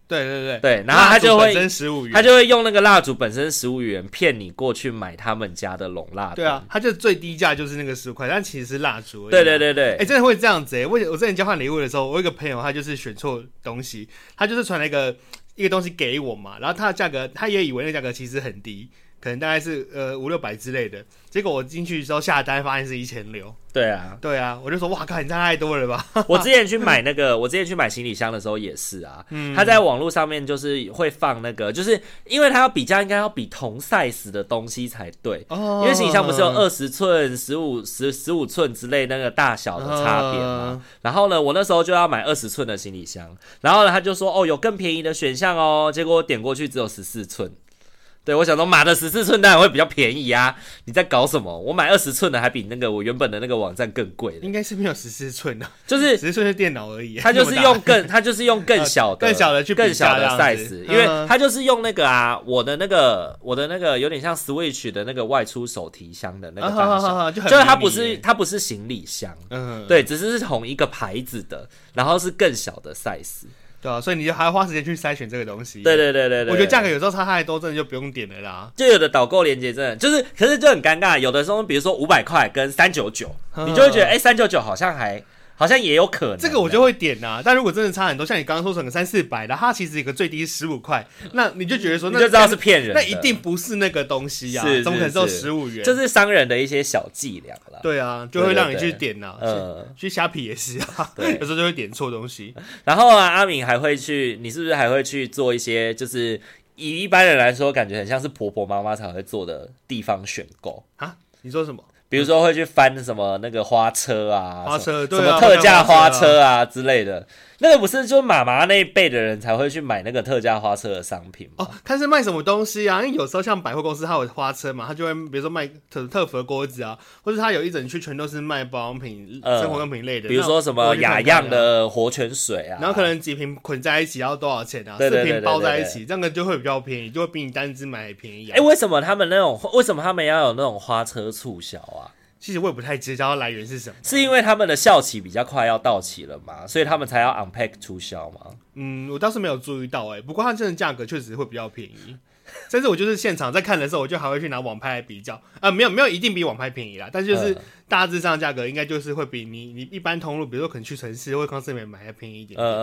[SPEAKER 3] 对对对
[SPEAKER 2] 对然后它就会
[SPEAKER 3] 真十五元，
[SPEAKER 2] 它就会用那个蜡烛本身十五元骗你过去买他们家的龙蜡灯。
[SPEAKER 3] 对啊，它就最低价就是那个十五块，但其实是蜡烛而已。
[SPEAKER 2] 对对。对对，
[SPEAKER 3] 哎、真的会这样子哎、我我之前交换礼物的时候，我有一个朋友，他就是选错东西，他就是传了一个一个东西给我嘛，然后他的价格，他也以为那个价格其实很低，可能大概是呃五六百之类的，结果我进去之后下单发现是一千六，
[SPEAKER 2] 对啊。
[SPEAKER 3] 对啊，我就说哇靠，你差太多了吧？
[SPEAKER 2] <laughs> 我之前去买那个，我之前去买行李箱的时候也是啊，他在网络上面就是会放那个，就是因为他要比价，应该要比同 size 的东西才对。
[SPEAKER 3] 哦
[SPEAKER 2] 因为行李箱不是有二十寸、十五、十十五寸之类那个大小的差别
[SPEAKER 3] 嗯
[SPEAKER 2] 吗？然后呢，我那时候就要买二十寸的行李箱，然后呢，他就说哦，有更便宜的选项哦。结果我点过去只有十四寸，对我想说买的十四寸当然会比较便宜啊！你在搞什么？我买二十寸的还比那个我原本的那个网站更贵的，
[SPEAKER 3] 应该是没有十四寸的， <laughs>
[SPEAKER 2] 就是
[SPEAKER 3] 十四寸是电脑而已，
[SPEAKER 2] 他
[SPEAKER 3] <laughs>
[SPEAKER 2] 就是
[SPEAKER 3] 那么大
[SPEAKER 2] 用更，他就是用更小的、
[SPEAKER 3] 更小的去比
[SPEAKER 2] 更小的
[SPEAKER 3] 价这样子
[SPEAKER 2] size，因为
[SPEAKER 3] 嗯
[SPEAKER 2] 他就是用那个啊，我的那个，我的那个有点像 Switch 的那个外出手提箱的那 <laughs> 个
[SPEAKER 3] 啊
[SPEAKER 2] 大
[SPEAKER 3] 哈哈
[SPEAKER 2] 小，
[SPEAKER 3] 哈
[SPEAKER 2] 就
[SPEAKER 3] 就是很
[SPEAKER 2] 它
[SPEAKER 3] 迷
[SPEAKER 2] 不
[SPEAKER 3] 你
[SPEAKER 2] 是
[SPEAKER 3] 耶
[SPEAKER 2] 它不是行李箱，
[SPEAKER 3] 嗯
[SPEAKER 2] 对，只是是同一个牌子的，然后是更小的 size，
[SPEAKER 3] 对啊，所以你就还要花时间去筛选这个东西。
[SPEAKER 2] 对对对对对，嗯
[SPEAKER 3] 我觉得价格。有时候差太多，真的就不用点了啦。
[SPEAKER 2] 就有的导购链接真的就是，可是就很尴尬。有的时候，比如说五百块跟三九九，你就会觉得，哎、三九九好像还好像也有可能。
[SPEAKER 3] 嗯这个我就会点啦，但如果真的差很多，像你刚刚说整个三四百的，它其实有个最低十五块，那你就觉得说，
[SPEAKER 2] 你
[SPEAKER 3] 那
[SPEAKER 2] 就知道是骗人的
[SPEAKER 3] 那一定不是那个东西呀、
[SPEAKER 2] 是
[SPEAKER 3] 啊怎么可能只有
[SPEAKER 2] 是是
[SPEAKER 3] 十五元？
[SPEAKER 2] 这是商人的一些小伎俩啦。
[SPEAKER 3] 对啊，就会让你
[SPEAKER 2] 对对
[SPEAKER 3] 去
[SPEAKER 2] 对
[SPEAKER 3] 点啦。
[SPEAKER 2] 呃
[SPEAKER 3] 去去虾皮也是啊，
[SPEAKER 2] 对
[SPEAKER 3] <laughs> 有时候就会点错
[SPEAKER 2] <laughs>
[SPEAKER 3] 东西。
[SPEAKER 2] 然后啊，阿敏还会去，你是不是还会去做一些，就是以一般人来说，感觉很像是婆婆妈妈才会做的地方选购？
[SPEAKER 3] 啊，你说什么？
[SPEAKER 2] 比如说会去翻什么那个花车啊，
[SPEAKER 3] 花车
[SPEAKER 2] 什么
[SPEAKER 3] 对啊
[SPEAKER 2] 什么特价花
[SPEAKER 3] 花车
[SPEAKER 2] 车啊之类的，那个不是就妈妈那一辈的人才会去买那个特价花车的商品吗？
[SPEAKER 3] 哦，看是卖什么东西啊？因为有时候像百货公司，它有花车嘛，它就会比如说卖特特服的锅子啊，或者它有一整区全都是卖保养品、
[SPEAKER 2] 呃
[SPEAKER 3] 生活用品类的，
[SPEAKER 2] 比如说什么雅漾
[SPEAKER 3] 漾，
[SPEAKER 2] 的活泉水啊，
[SPEAKER 3] 然后可能几瓶捆在一起要多少钱啊？
[SPEAKER 2] 对对
[SPEAKER 3] 四
[SPEAKER 2] 对
[SPEAKER 3] 瓶包在一
[SPEAKER 2] 对
[SPEAKER 3] 起，这样就会比较便宜，就会比你单只买便宜啊。
[SPEAKER 2] 哎、为什么他们那种为什么他们要有那种花车促销啊？
[SPEAKER 3] 其实我也不太知道来源是什么。
[SPEAKER 2] 是因为他们的校期比较快要到期了嘛，所以他们才要 unpack 促销嘛。
[SPEAKER 3] 嗯，我倒是没有注意到哎、不过它真的价格确实会比较便宜。甚至我就是现场在看的时候，我就还会去拿网拍来比较，呃，没有没有一定比网拍便宜啦，但就是
[SPEAKER 2] 嗯
[SPEAKER 3] 大致上价格应该就是会比你你一般通路，比如说可能去城市或康斯美买还便宜一点。
[SPEAKER 2] 呃呃，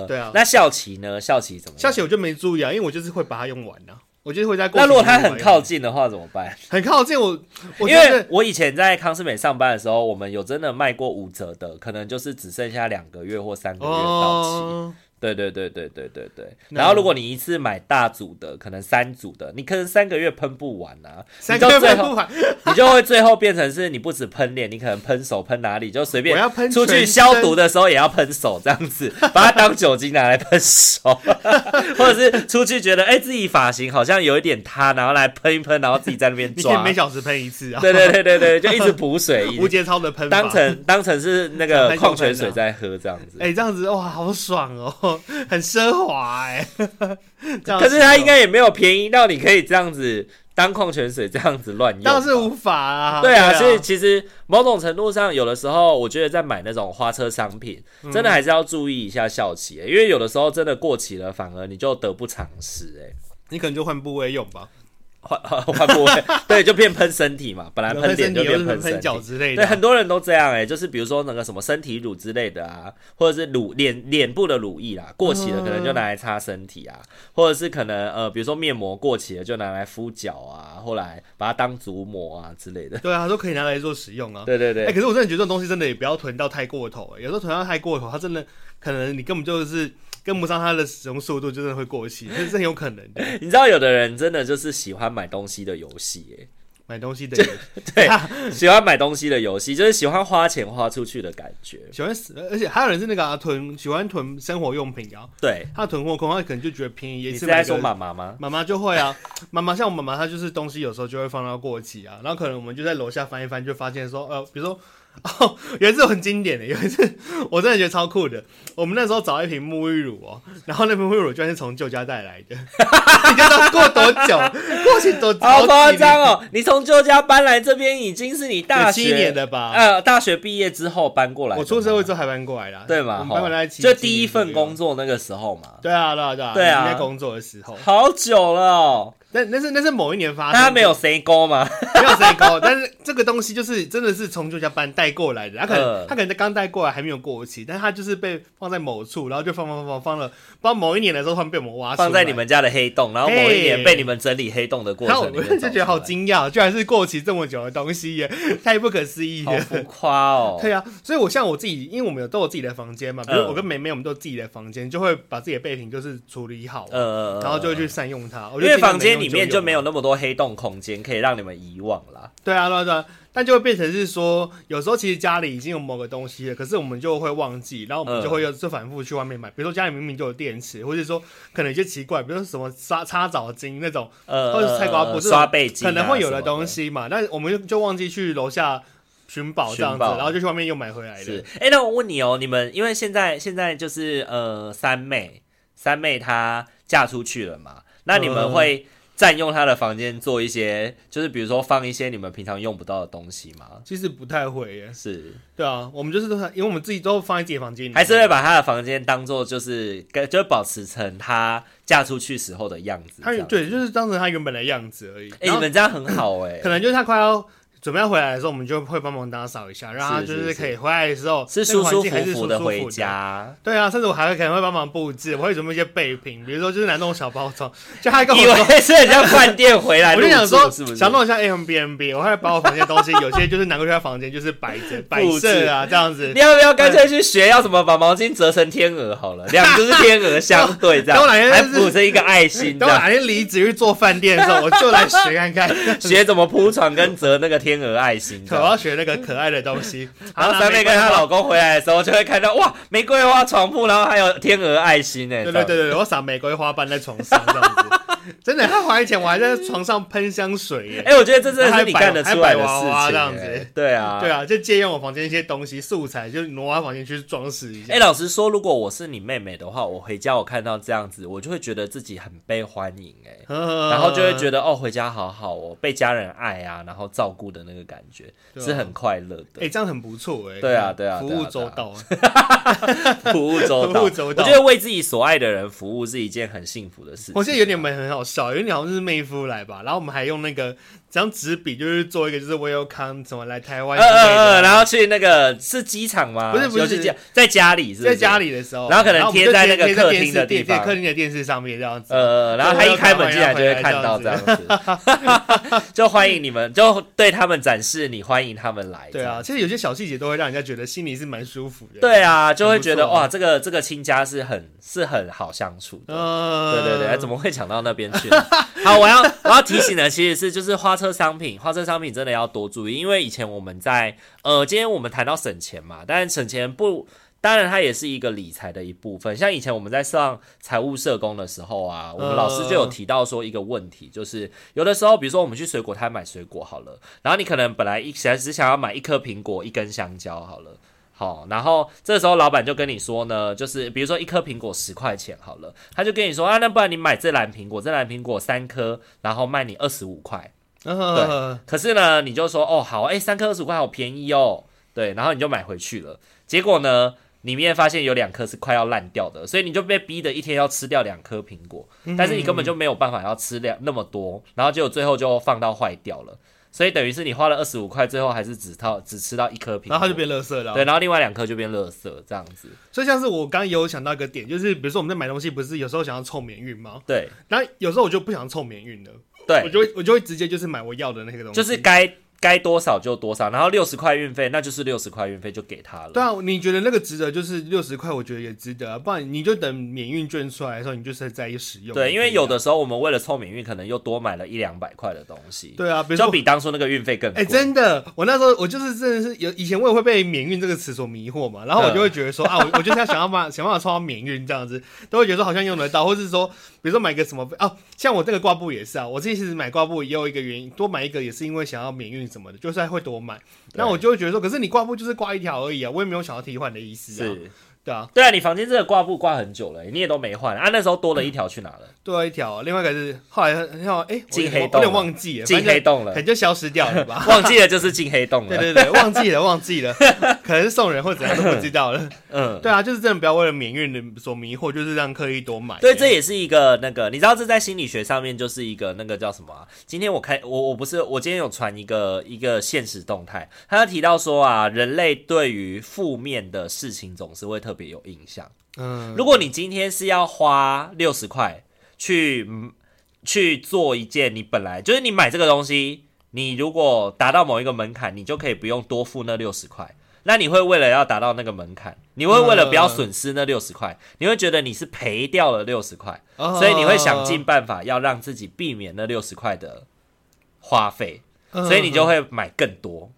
[SPEAKER 2] 呃
[SPEAKER 3] 对啊
[SPEAKER 2] 那校期呢？校期怎么样？
[SPEAKER 3] 下期我就没注意啊，因为我就是会把它用完啊，我就是会在过
[SPEAKER 2] 那如果
[SPEAKER 3] 程
[SPEAKER 2] 它
[SPEAKER 3] 中
[SPEAKER 2] 很
[SPEAKER 3] 把它用
[SPEAKER 2] 靠
[SPEAKER 3] 完
[SPEAKER 2] 近的话怎么办？
[SPEAKER 3] 很靠近我，
[SPEAKER 2] <laughs>
[SPEAKER 3] 我
[SPEAKER 2] 因
[SPEAKER 3] 觉
[SPEAKER 2] 为
[SPEAKER 3] 得
[SPEAKER 2] 我以前在康斯美上班的时候，我们有真的卖过五折的，可能就是只剩下两个月或三个月到期。
[SPEAKER 3] 哦，
[SPEAKER 2] 对对对对对对对。
[SPEAKER 3] 那
[SPEAKER 2] 然后如果你一次买大组的，可能三组的，你可能三个月喷不完啊，
[SPEAKER 3] 三个
[SPEAKER 2] 你到
[SPEAKER 3] 月
[SPEAKER 2] 最
[SPEAKER 3] 不
[SPEAKER 2] 后
[SPEAKER 3] 完， <laughs>
[SPEAKER 2] 你就会最后变成是你不止喷脸，你可能喷手喷哪里就随便。
[SPEAKER 3] 我要喷
[SPEAKER 2] 出去
[SPEAKER 3] 全
[SPEAKER 2] 消
[SPEAKER 3] 身
[SPEAKER 2] 毒的时候也要喷手，这样
[SPEAKER 3] <laughs>
[SPEAKER 2] 子把它当酒精拿来喷手， <laughs> 或者是出去觉得哎、自己发型好像有一点塌，然后来喷一喷，然后自己在那边
[SPEAKER 3] 你可
[SPEAKER 2] <laughs>
[SPEAKER 3] 以
[SPEAKER 2] 抓
[SPEAKER 3] 每。小时喷一次啊。
[SPEAKER 2] 对对对对对，就一直补水，一直
[SPEAKER 3] 无节操的喷法，
[SPEAKER 2] 当成当成是那个矿泉水在喝这样子。
[SPEAKER 3] 哎、这样子哇，好爽哦，很奢华哎、这样
[SPEAKER 2] 可是它应
[SPEAKER 3] 哦
[SPEAKER 2] 该也没有便宜到你可以这样子当矿泉水这样子乱用吧。
[SPEAKER 3] 当然是无法啊。
[SPEAKER 2] 对啊，所以
[SPEAKER 3] 啊
[SPEAKER 2] 其实某种程度上，有的时候我觉得在买那种花车商品，
[SPEAKER 3] 嗯
[SPEAKER 2] 真的还是要注意一下效期、欸因为有的时候真的过期了，反而你就得不偿失、哎。
[SPEAKER 3] 你可能就换部位用吧，
[SPEAKER 2] 换 <laughs> 换不
[SPEAKER 3] <laughs>
[SPEAKER 2] 会，对，就变喷身体嘛，本来
[SPEAKER 3] 有
[SPEAKER 2] 啊喷脸
[SPEAKER 3] 身
[SPEAKER 2] 就
[SPEAKER 3] 体，有
[SPEAKER 2] 变
[SPEAKER 3] 喷
[SPEAKER 2] 身
[SPEAKER 3] 喷
[SPEAKER 2] 体
[SPEAKER 3] 脚，之类
[SPEAKER 2] 对，
[SPEAKER 3] 的
[SPEAKER 2] 很
[SPEAKER 3] 啊。
[SPEAKER 2] 多人都这样哎、就是比如说那个什么身体乳之类的啊，或者是乳脸脸部的乳液啦，过期了可能就拿来擦身体
[SPEAKER 3] 嗯
[SPEAKER 2] 啊，或者是可能呃，比如说面膜过期了就拿来敷脚啊，后来把它当足膜啊之类的。
[SPEAKER 3] 对啊，都可以拿来做使用啊。
[SPEAKER 2] 对对
[SPEAKER 3] 哎、
[SPEAKER 2] 对，
[SPEAKER 3] 可是我真的觉得这种东西真的也不要囤到太过头、欸，有时候囤到太过头，它真的可能你根本就是跟不上它的使用速度，就真的会过期，这是很有可能的。
[SPEAKER 2] <laughs> 你知道有的人真的就是喜欢买东西的游戏、
[SPEAKER 3] 买东西的也嗯
[SPEAKER 2] 哎，喜欢买东西的游戏，就是喜欢花钱花出去的感觉。
[SPEAKER 3] 喜欢死，而且还有人是那个、啊、囤，喜欢囤生活用品啊，
[SPEAKER 2] 对，
[SPEAKER 3] 他囤货空，他可能就觉得便宜，也
[SPEAKER 2] 你是
[SPEAKER 3] 买
[SPEAKER 2] 在
[SPEAKER 3] 个
[SPEAKER 2] 说妈妈吗？
[SPEAKER 3] 妈妈就会啊， <laughs> 妈妈像我妈妈，她就是东西有时候就会放到过期啊，然后可能我们就在楼下翻一翻，就发现说，呃，比如说， <laughs> 哦，有一次很经典的，有一次 <laughs> 我真的觉得超酷的，我们那时候找一瓶沐浴乳哦，然后那瓶沐浴乳居然是从旧家带来的， <laughs> 你知道过多久？过期多
[SPEAKER 2] 好夸张！哦！你从旧家搬来这边已经是你大
[SPEAKER 3] 有
[SPEAKER 2] 学
[SPEAKER 3] 七年的吧
[SPEAKER 2] 呃，大学毕业之后搬过来的吗，
[SPEAKER 3] 我出社会之后还搬过来啦，
[SPEAKER 2] 对
[SPEAKER 3] 我
[SPEAKER 2] 嘛？
[SPEAKER 3] 们搬过来
[SPEAKER 2] 吼
[SPEAKER 3] 一起，
[SPEAKER 2] 就第一份工，作那个时候嘛，
[SPEAKER 3] 对啊，对啊，对啊，
[SPEAKER 2] 对啊
[SPEAKER 3] 你在工作的时候，
[SPEAKER 2] 好久了哦。
[SPEAKER 3] 那那是那是某一年发生
[SPEAKER 2] 那
[SPEAKER 3] 的，
[SPEAKER 2] 他没有谁勾吗？
[SPEAKER 3] 没有谁高，但是这个东西就是真的是从旧家搬带过来的，他可能、
[SPEAKER 2] 呃
[SPEAKER 3] 他可能刚带过来还没有过期，但他就是被放在某处，然后就放放放放放了，不知道某一年的时候他们被我们挖出来
[SPEAKER 2] 放在你，们家的黑洞，然后某一年
[SPEAKER 3] 嘿
[SPEAKER 2] 被你们整理黑洞的过
[SPEAKER 3] 然后
[SPEAKER 2] 程
[SPEAKER 3] 我
[SPEAKER 2] 里面
[SPEAKER 3] 就
[SPEAKER 2] 找
[SPEAKER 3] 觉得好
[SPEAKER 2] 出来
[SPEAKER 3] 惊讶，居然是过期这么久的东西耶，太不可思议
[SPEAKER 2] 好
[SPEAKER 3] 了。
[SPEAKER 2] 浮夸哦。
[SPEAKER 3] 对啊，所以我像我自己，因为我们有都有自己的房间嘛，比如
[SPEAKER 2] 嗯
[SPEAKER 3] 我跟梅梅，我们都有自己的房间，就会把自己的备品就是处理好，
[SPEAKER 2] 呃，
[SPEAKER 3] 然后就会去善用它。我
[SPEAKER 2] 因
[SPEAKER 3] 觉
[SPEAKER 2] 为
[SPEAKER 3] 得
[SPEAKER 2] 房间里面就
[SPEAKER 3] 有。
[SPEAKER 2] 没有那么多黑洞空间可以让你们遗忘啦。
[SPEAKER 3] 对啊，对啊，对啊，但就会变成是说，有时候其实家里已经有某个东西了，可是我们就会忘记，然后我们
[SPEAKER 2] 嗯
[SPEAKER 3] 就会又就反复去外面买。比如说家里明明就有电池，或者说可能有些奇怪，比如说什么擦擦澡巾那种
[SPEAKER 2] 呃，
[SPEAKER 3] 或者是菜瓜布这种
[SPEAKER 2] 刷背巾啊
[SPEAKER 3] 可能会有的
[SPEAKER 2] 什么
[SPEAKER 3] 东西嘛，但我们就就忘记去楼下寻宝这样
[SPEAKER 2] 寻
[SPEAKER 3] 子，
[SPEAKER 2] 宝
[SPEAKER 3] 然后就去外面又买回来
[SPEAKER 2] 是
[SPEAKER 3] 的。，
[SPEAKER 2] 哎、那我问你哦，你们因为现在现在就是呃三妹，三妹她嫁出去了嘛，那你们
[SPEAKER 3] 嗯
[SPEAKER 2] 会占用她的房间做一些，就是比如说放一些你们平常用不到的东西吗？
[SPEAKER 3] 其实不太会耶，
[SPEAKER 2] 是，
[SPEAKER 3] 对啊，我们就是都很因为我们自己都放在自己房间里面，
[SPEAKER 2] 还是会把她的房间当做就是跟就保持成她嫁出去时候的样子这
[SPEAKER 3] 他
[SPEAKER 2] 样。
[SPEAKER 3] 对，就是当成他原本的样子而已。
[SPEAKER 2] 哎、
[SPEAKER 3] 然
[SPEAKER 2] 你
[SPEAKER 3] 后
[SPEAKER 2] 们这样很好哎、
[SPEAKER 3] 可能就是他快要准备要回来的时候，我们就会帮忙打扫一下，让他
[SPEAKER 2] 是
[SPEAKER 3] 就是是
[SPEAKER 2] 是
[SPEAKER 3] 可以回来的时候
[SPEAKER 2] 是
[SPEAKER 3] 那个
[SPEAKER 2] 舒
[SPEAKER 3] 环
[SPEAKER 2] 舒
[SPEAKER 3] 境还
[SPEAKER 2] 服
[SPEAKER 3] 是
[SPEAKER 2] 服
[SPEAKER 3] 舒舒
[SPEAKER 2] 的
[SPEAKER 3] 服
[SPEAKER 2] 回。家。
[SPEAKER 3] 对啊，甚至我还会可能会帮忙布置，我会准备一些备品，比如说就是拿那种小包装，就他
[SPEAKER 2] <laughs>
[SPEAKER 3] 跟我
[SPEAKER 2] 以
[SPEAKER 3] 说，
[SPEAKER 2] 为是很像饭店回来
[SPEAKER 3] <laughs> 我
[SPEAKER 2] 入
[SPEAKER 3] 就想
[SPEAKER 2] 住，
[SPEAKER 3] 说
[SPEAKER 2] 是不是？
[SPEAKER 3] 想弄一下 M B M B，我还把我房间东西有些就是拿过去他房间就是摆
[SPEAKER 2] <laughs>
[SPEAKER 3] 着摆设啊这样子
[SPEAKER 2] 你，要不要干脆去学要怎么把毛巾折成天鹅好了？两只天
[SPEAKER 3] <laughs>
[SPEAKER 2] 鹅相对这样，
[SPEAKER 3] 等我哪天
[SPEAKER 2] 还
[SPEAKER 3] 就是
[SPEAKER 2] 补成一个爱心这
[SPEAKER 3] 等我
[SPEAKER 2] 样，
[SPEAKER 3] 哪天离职去做饭店的时候，我就来学看
[SPEAKER 2] <laughs>
[SPEAKER 3] 看，
[SPEAKER 2] 学怎么铺床跟折那个天鹅爱心
[SPEAKER 3] 我
[SPEAKER 2] 这样。
[SPEAKER 3] 要学那个可爱的东西。
[SPEAKER 2] 然后三妹跟她老公回来的时候，就会看到哇，玫瑰花床铺，然后还有天鹅爱心呢。
[SPEAKER 3] 对对
[SPEAKER 2] 这
[SPEAKER 3] 对
[SPEAKER 2] 样，
[SPEAKER 3] 对，我撒玫瑰花瓣在床上这样子， <laughs> 真的，他还钱，我还在床上喷香水耶。
[SPEAKER 2] 哎、我觉得这真的是你干得出来的事
[SPEAKER 3] 还摆娃娃
[SPEAKER 2] 情、
[SPEAKER 3] 这样子
[SPEAKER 2] 哎对啊，
[SPEAKER 3] 对。啊，就借用我房间一些东西素材，就挪到房间去装饰一下。
[SPEAKER 2] 哎、老实说，如果我是你妹妹的话，我回家我看到这样子，我就会觉得自己很被欢迎、哎，
[SPEAKER 3] 然
[SPEAKER 2] 然后就会觉
[SPEAKER 3] 得
[SPEAKER 2] 得哦，回家好好哦，被家人爱啊，然后照顾的那个感觉、
[SPEAKER 3] 对啊
[SPEAKER 2] 是很快乐
[SPEAKER 3] 哎，
[SPEAKER 2] 的，
[SPEAKER 3] 这样很不错哎。
[SPEAKER 2] 对啊对啊
[SPEAKER 3] 服
[SPEAKER 2] 对啊
[SPEAKER 3] 务
[SPEAKER 2] 对啊
[SPEAKER 3] 周到。
[SPEAKER 2] 服务周到。
[SPEAKER 3] 服务周到
[SPEAKER 2] 我觉得为自己所爱的人服务是一件很幸福的事情。
[SPEAKER 3] 我现在有点没很好笑，因为你好像是妹夫来吧，然后我们还用那个这张纸笔，就是做一个就是 welcome 怎么来台湾
[SPEAKER 2] 呃
[SPEAKER 3] 之类
[SPEAKER 2] 呃呃，
[SPEAKER 3] 的，
[SPEAKER 2] 然后去那个是机场吗？
[SPEAKER 3] 啊不是不是
[SPEAKER 2] 游戏机场在家里是不
[SPEAKER 3] 在
[SPEAKER 2] 是
[SPEAKER 3] 家。里的时候，
[SPEAKER 2] 然后可能
[SPEAKER 3] 我们
[SPEAKER 2] 贴
[SPEAKER 3] 就
[SPEAKER 2] 在那个
[SPEAKER 3] 贴
[SPEAKER 2] 客
[SPEAKER 3] 电
[SPEAKER 2] 厅
[SPEAKER 3] 视
[SPEAKER 2] 的地
[SPEAKER 3] 贴贴
[SPEAKER 2] 方
[SPEAKER 3] 客厅的电视上面这样子，
[SPEAKER 2] 呃，然后他一开门进来就会看到这样子， <laughs> 就欢迎你们，就对他们展示你欢迎他们来。
[SPEAKER 3] 对啊，，其实有些小细节都会让人家觉得心里是蛮舒服的，，
[SPEAKER 2] 对啊，就会觉得
[SPEAKER 3] 很不错啊
[SPEAKER 2] 哇，这个这个亲家是很是很好相处的。
[SPEAKER 3] 嗯，
[SPEAKER 2] 对对对，哎怎么会讲到那边去呢？ <laughs> 好，我要我要提醒的其实是就是花车商品，花车商品真的要多注意，因为以前我们在呃，今天我们谈到省钱嘛，但省钱不。当然，它也是一个理财的一部分。像以前我们在上财务社工的时候啊，我们老师就有提到说一个问题，就是有的时候，比如说我们去水果摊买水果好了，然后你可能本来一想只想要买一颗苹果、一根香蕉好了，好，然后这时候老板就跟你说呢，就是比如说一颗苹果十块钱好了，他就跟你说啊，那不然你买这篮苹果，这篮苹果三颗，然后卖你二十五块。
[SPEAKER 3] 嗯，
[SPEAKER 2] 可是呢，你就说哦好，哎，三颗二十五块好便宜哦，对，然后你就买回去了。结果呢，里面发现有两颗是快要烂掉的，所以你就被逼的一天要吃掉两颗苹果，
[SPEAKER 3] 嗯
[SPEAKER 2] 但是你根本就没有办法要吃两那么多，然后结果最后就放到坏掉了。所以等于是你花了二十五块，最后还是只到只吃到一颗苹果，
[SPEAKER 3] 然后他就变乐色了，
[SPEAKER 2] 对，然后另外两颗就变垃圾这样子。
[SPEAKER 3] 所以像是我刚刚也有想到一个点，就是比如说我们在买东西，不是有时候想要凑免运吗？
[SPEAKER 2] 对
[SPEAKER 3] 然后有时候我就不想凑免运了，我
[SPEAKER 2] 对，
[SPEAKER 3] 就会我就会直接就是买我要的那个东
[SPEAKER 2] 哎
[SPEAKER 3] 西，
[SPEAKER 2] 就是该该多少就多少，然后六十块运费，那就是六十块运费就给他了。
[SPEAKER 3] 对啊，你觉得那个值得就是六十块，我觉得也值得啊，不然你就等免运券出来的时候，你就是在意使用。
[SPEAKER 2] 对因为有的时候我们为了凑免运，可能又多买了一两百块的东西，
[SPEAKER 3] 对啊，比如说
[SPEAKER 2] 就比当初那个运费更贵。
[SPEAKER 3] 哎、真的，我那时候我就是真的是有以前我也会被“免运”这个词所迷惑嘛，
[SPEAKER 2] 嗯
[SPEAKER 3] 然后我就会觉得说、啊，我 <laughs> 我就是要想要把想办法抽到免运这样子，都会觉得说好像用得到，或是说比如说买个什么哦，像我这个挂布也是啊，我自己其实买挂布也有一个原因，多买一个也是因为想要免运什么的，就是会多买。那我就会觉得说，可是你挂布就是挂一条而已啊，我也没有想要替换的意思啊，
[SPEAKER 2] 是，
[SPEAKER 3] 对啊，
[SPEAKER 2] 对啊，你房间这个挂布挂很久了、你也都没换啊。那时候多了一条去哪了？
[SPEAKER 3] 多啊一条。另外一个是后来然后哎，我
[SPEAKER 2] 进
[SPEAKER 3] 有
[SPEAKER 2] 黑
[SPEAKER 3] 点
[SPEAKER 2] 洞
[SPEAKER 3] 我有点
[SPEAKER 2] 了
[SPEAKER 3] 忘记了，
[SPEAKER 2] 进
[SPEAKER 3] 反正
[SPEAKER 2] 黑洞
[SPEAKER 3] 可
[SPEAKER 2] 了，
[SPEAKER 3] 能就消失掉
[SPEAKER 2] <laughs>
[SPEAKER 3] 了吧。
[SPEAKER 2] 忘记了就是进黑洞
[SPEAKER 3] 对
[SPEAKER 2] 了。
[SPEAKER 3] 对对，忘记了，忘记了， <laughs> 可能是送人或怎样都不知道了。
[SPEAKER 2] 嗯，
[SPEAKER 3] 对啊，就是真的不要为了免运的所迷惑，就是让刻意多买。
[SPEAKER 2] 对，这也是一个那个，你知道这在心理学上面就是一个那个叫什么啊、今天我开我我不是我今天有传一个一个现实动态，他提到说啊，人类对于负面的事情总是会特别有印象。
[SPEAKER 3] 嗯，
[SPEAKER 2] 如果你今天是要花六十块去嗯去做一件你本来就是你买这个东西，你如果达到某一个门槛，你就可以不用多付那六十块。那你会为了要达到那个门槛，
[SPEAKER 3] 嗯
[SPEAKER 2] 你会为了不要损失那六十块，你会觉得你是赔掉了六十块，
[SPEAKER 3] 哦
[SPEAKER 2] 所以你会想尽办法要让自己避免那六十块的花费，
[SPEAKER 3] 嗯
[SPEAKER 2] 所以你就会买更多。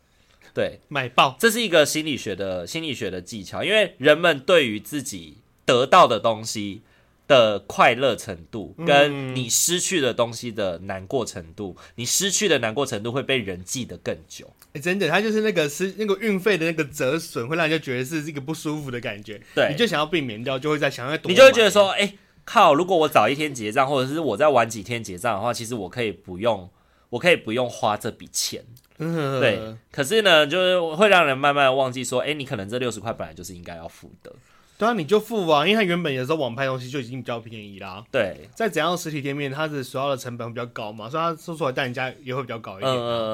[SPEAKER 2] 对，
[SPEAKER 3] 买爆。
[SPEAKER 2] 这是一个心理学的心理学的技巧，因为人们对于自己得到的东西的快乐程度，
[SPEAKER 3] 嗯
[SPEAKER 2] 跟你失去的东西的难过程度，你失去的难过程度会被人记得更久。
[SPEAKER 3] 哎真的，它就是那个是那个运费的那个折损，会让人家觉得是一个不舒服的感觉。
[SPEAKER 2] 对
[SPEAKER 3] 你就想要避免掉，就会在想要多买
[SPEAKER 2] 你就会觉得，说，哎、靠！如果我早一天结账，或者是我再晚几天结账的话，其实我可以不用，我可以不用花这笔钱。
[SPEAKER 3] 嗯
[SPEAKER 2] 对，可是呢，就是会让人慢慢忘记说，哎、你可能这六十块本来就是应该要付的。
[SPEAKER 3] 对啊，你就付啊，因为它原本有时候网拍东西就已经比较便宜啦。
[SPEAKER 2] 对，
[SPEAKER 3] 再怎样实体店面，它的所要的成本会比较高嘛，所以它做出来单价也会比较高一
[SPEAKER 2] 嗯嗯
[SPEAKER 3] 点。啊
[SPEAKER 2] 嗯